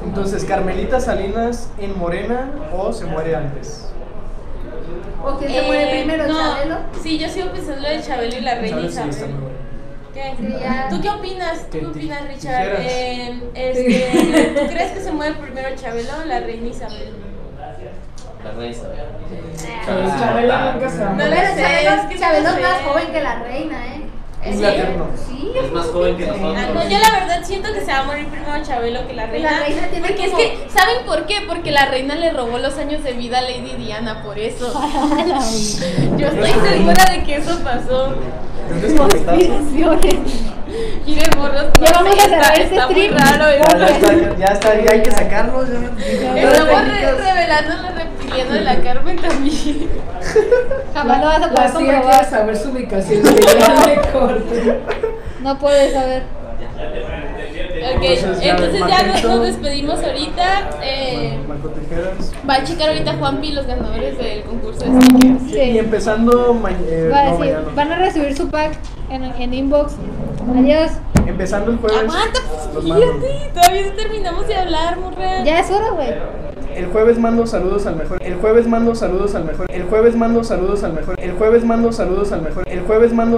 Speaker 4: Entonces, ¿Carmelita Salinas en Morena o se muere antes?
Speaker 2: ¿O quién se muere
Speaker 1: Eh,
Speaker 2: primero,
Speaker 1: no,
Speaker 2: Chabelo?
Speaker 1: Sí, yo sigo pensando lo de Chabelo y la reina
Speaker 4: Chávez sí
Speaker 1: Isabel.
Speaker 4: está muy bueno.
Speaker 1: ¿Qué?
Speaker 2: Sí, ya.
Speaker 1: ¿Tú qué opinas? ¿Tú qué
Speaker 4: Que ti-
Speaker 1: opinas, Richard?
Speaker 4: tijeras.
Speaker 1: Eh, este, ¿Tú crees que se muere primero Chabelo o la reina Isabel?
Speaker 7: La reina Isabel.
Speaker 3: Pero Chabela nunca se va a
Speaker 1: No
Speaker 2: Pero
Speaker 1: le
Speaker 3: morir.
Speaker 1: sé,
Speaker 2: Chabelo,
Speaker 1: es que
Speaker 2: Chabelo
Speaker 1: no
Speaker 2: es más
Speaker 1: sé.
Speaker 2: joven que la reina, ¿eh?
Speaker 1: ¿Sí?
Speaker 4: Inglaterra no.
Speaker 2: Sí,
Speaker 7: Es más joven que
Speaker 1: Ah, no,
Speaker 7: nosotros.
Speaker 1: yo la verdad siento que se va a morir primero Chabelo que la reina.
Speaker 2: reina tiene
Speaker 1: porque
Speaker 2: como-
Speaker 1: es que, ¿saben por qué? Porque la reina le robó los años de vida a Lady Diana, por eso. Yo estoy segura de que eso pasó.
Speaker 4: Entonces, ¿cómo
Speaker 2: Conspiraciones.
Speaker 1: Giren morros. no
Speaker 2: Ya vamos
Speaker 1: sé,
Speaker 2: a cerrar
Speaker 1: está,
Speaker 2: este
Speaker 1: está muy
Speaker 2: stream.
Speaker 1: raro.
Speaker 4: Ya, ya
Speaker 1: ¿eh?
Speaker 4: está, ya está, ya hay que sacarlo.
Speaker 1: Estamos re-
Speaker 2: este
Speaker 1: revelando la reptiliana de la Carmen también.
Speaker 2: Jamás lo vas a
Speaker 3: La
Speaker 2: poder
Speaker 3: CIA quiere
Speaker 2: comprobar.
Speaker 3: saber su ubicación. Que ya le corte.
Speaker 2: No puedes saber.
Speaker 1: Ok,
Speaker 4: Entonces, ya,
Speaker 1: entonces ya nos,
Speaker 4: Magneto.
Speaker 1: nos despedimos ahorita. Eh,
Speaker 4: Marco Tejeras.
Speaker 1: va a checar ahorita Juanpi los ganadores del concurso de este. stickers.
Speaker 4: Y
Speaker 2: Sí.
Speaker 4: empezando ma- eh,
Speaker 2: Va a
Speaker 4: no,
Speaker 2: decir,
Speaker 4: mañana.
Speaker 2: van a recibir su pack en, en inbox. Adiós.
Speaker 4: Empezando el jueves.
Speaker 1: Aguanta,
Speaker 4: los
Speaker 1: pues,
Speaker 4: mando.
Speaker 1: fíjate, todavía no terminamos de hablar, morra.
Speaker 2: Ya es hora, güey.
Speaker 4: El jueves mando saludos al mejor. El jueves mando saludos al mejor. El jueves mando saludos al mejor. El jueves mando saludos al mejor. El jueves mando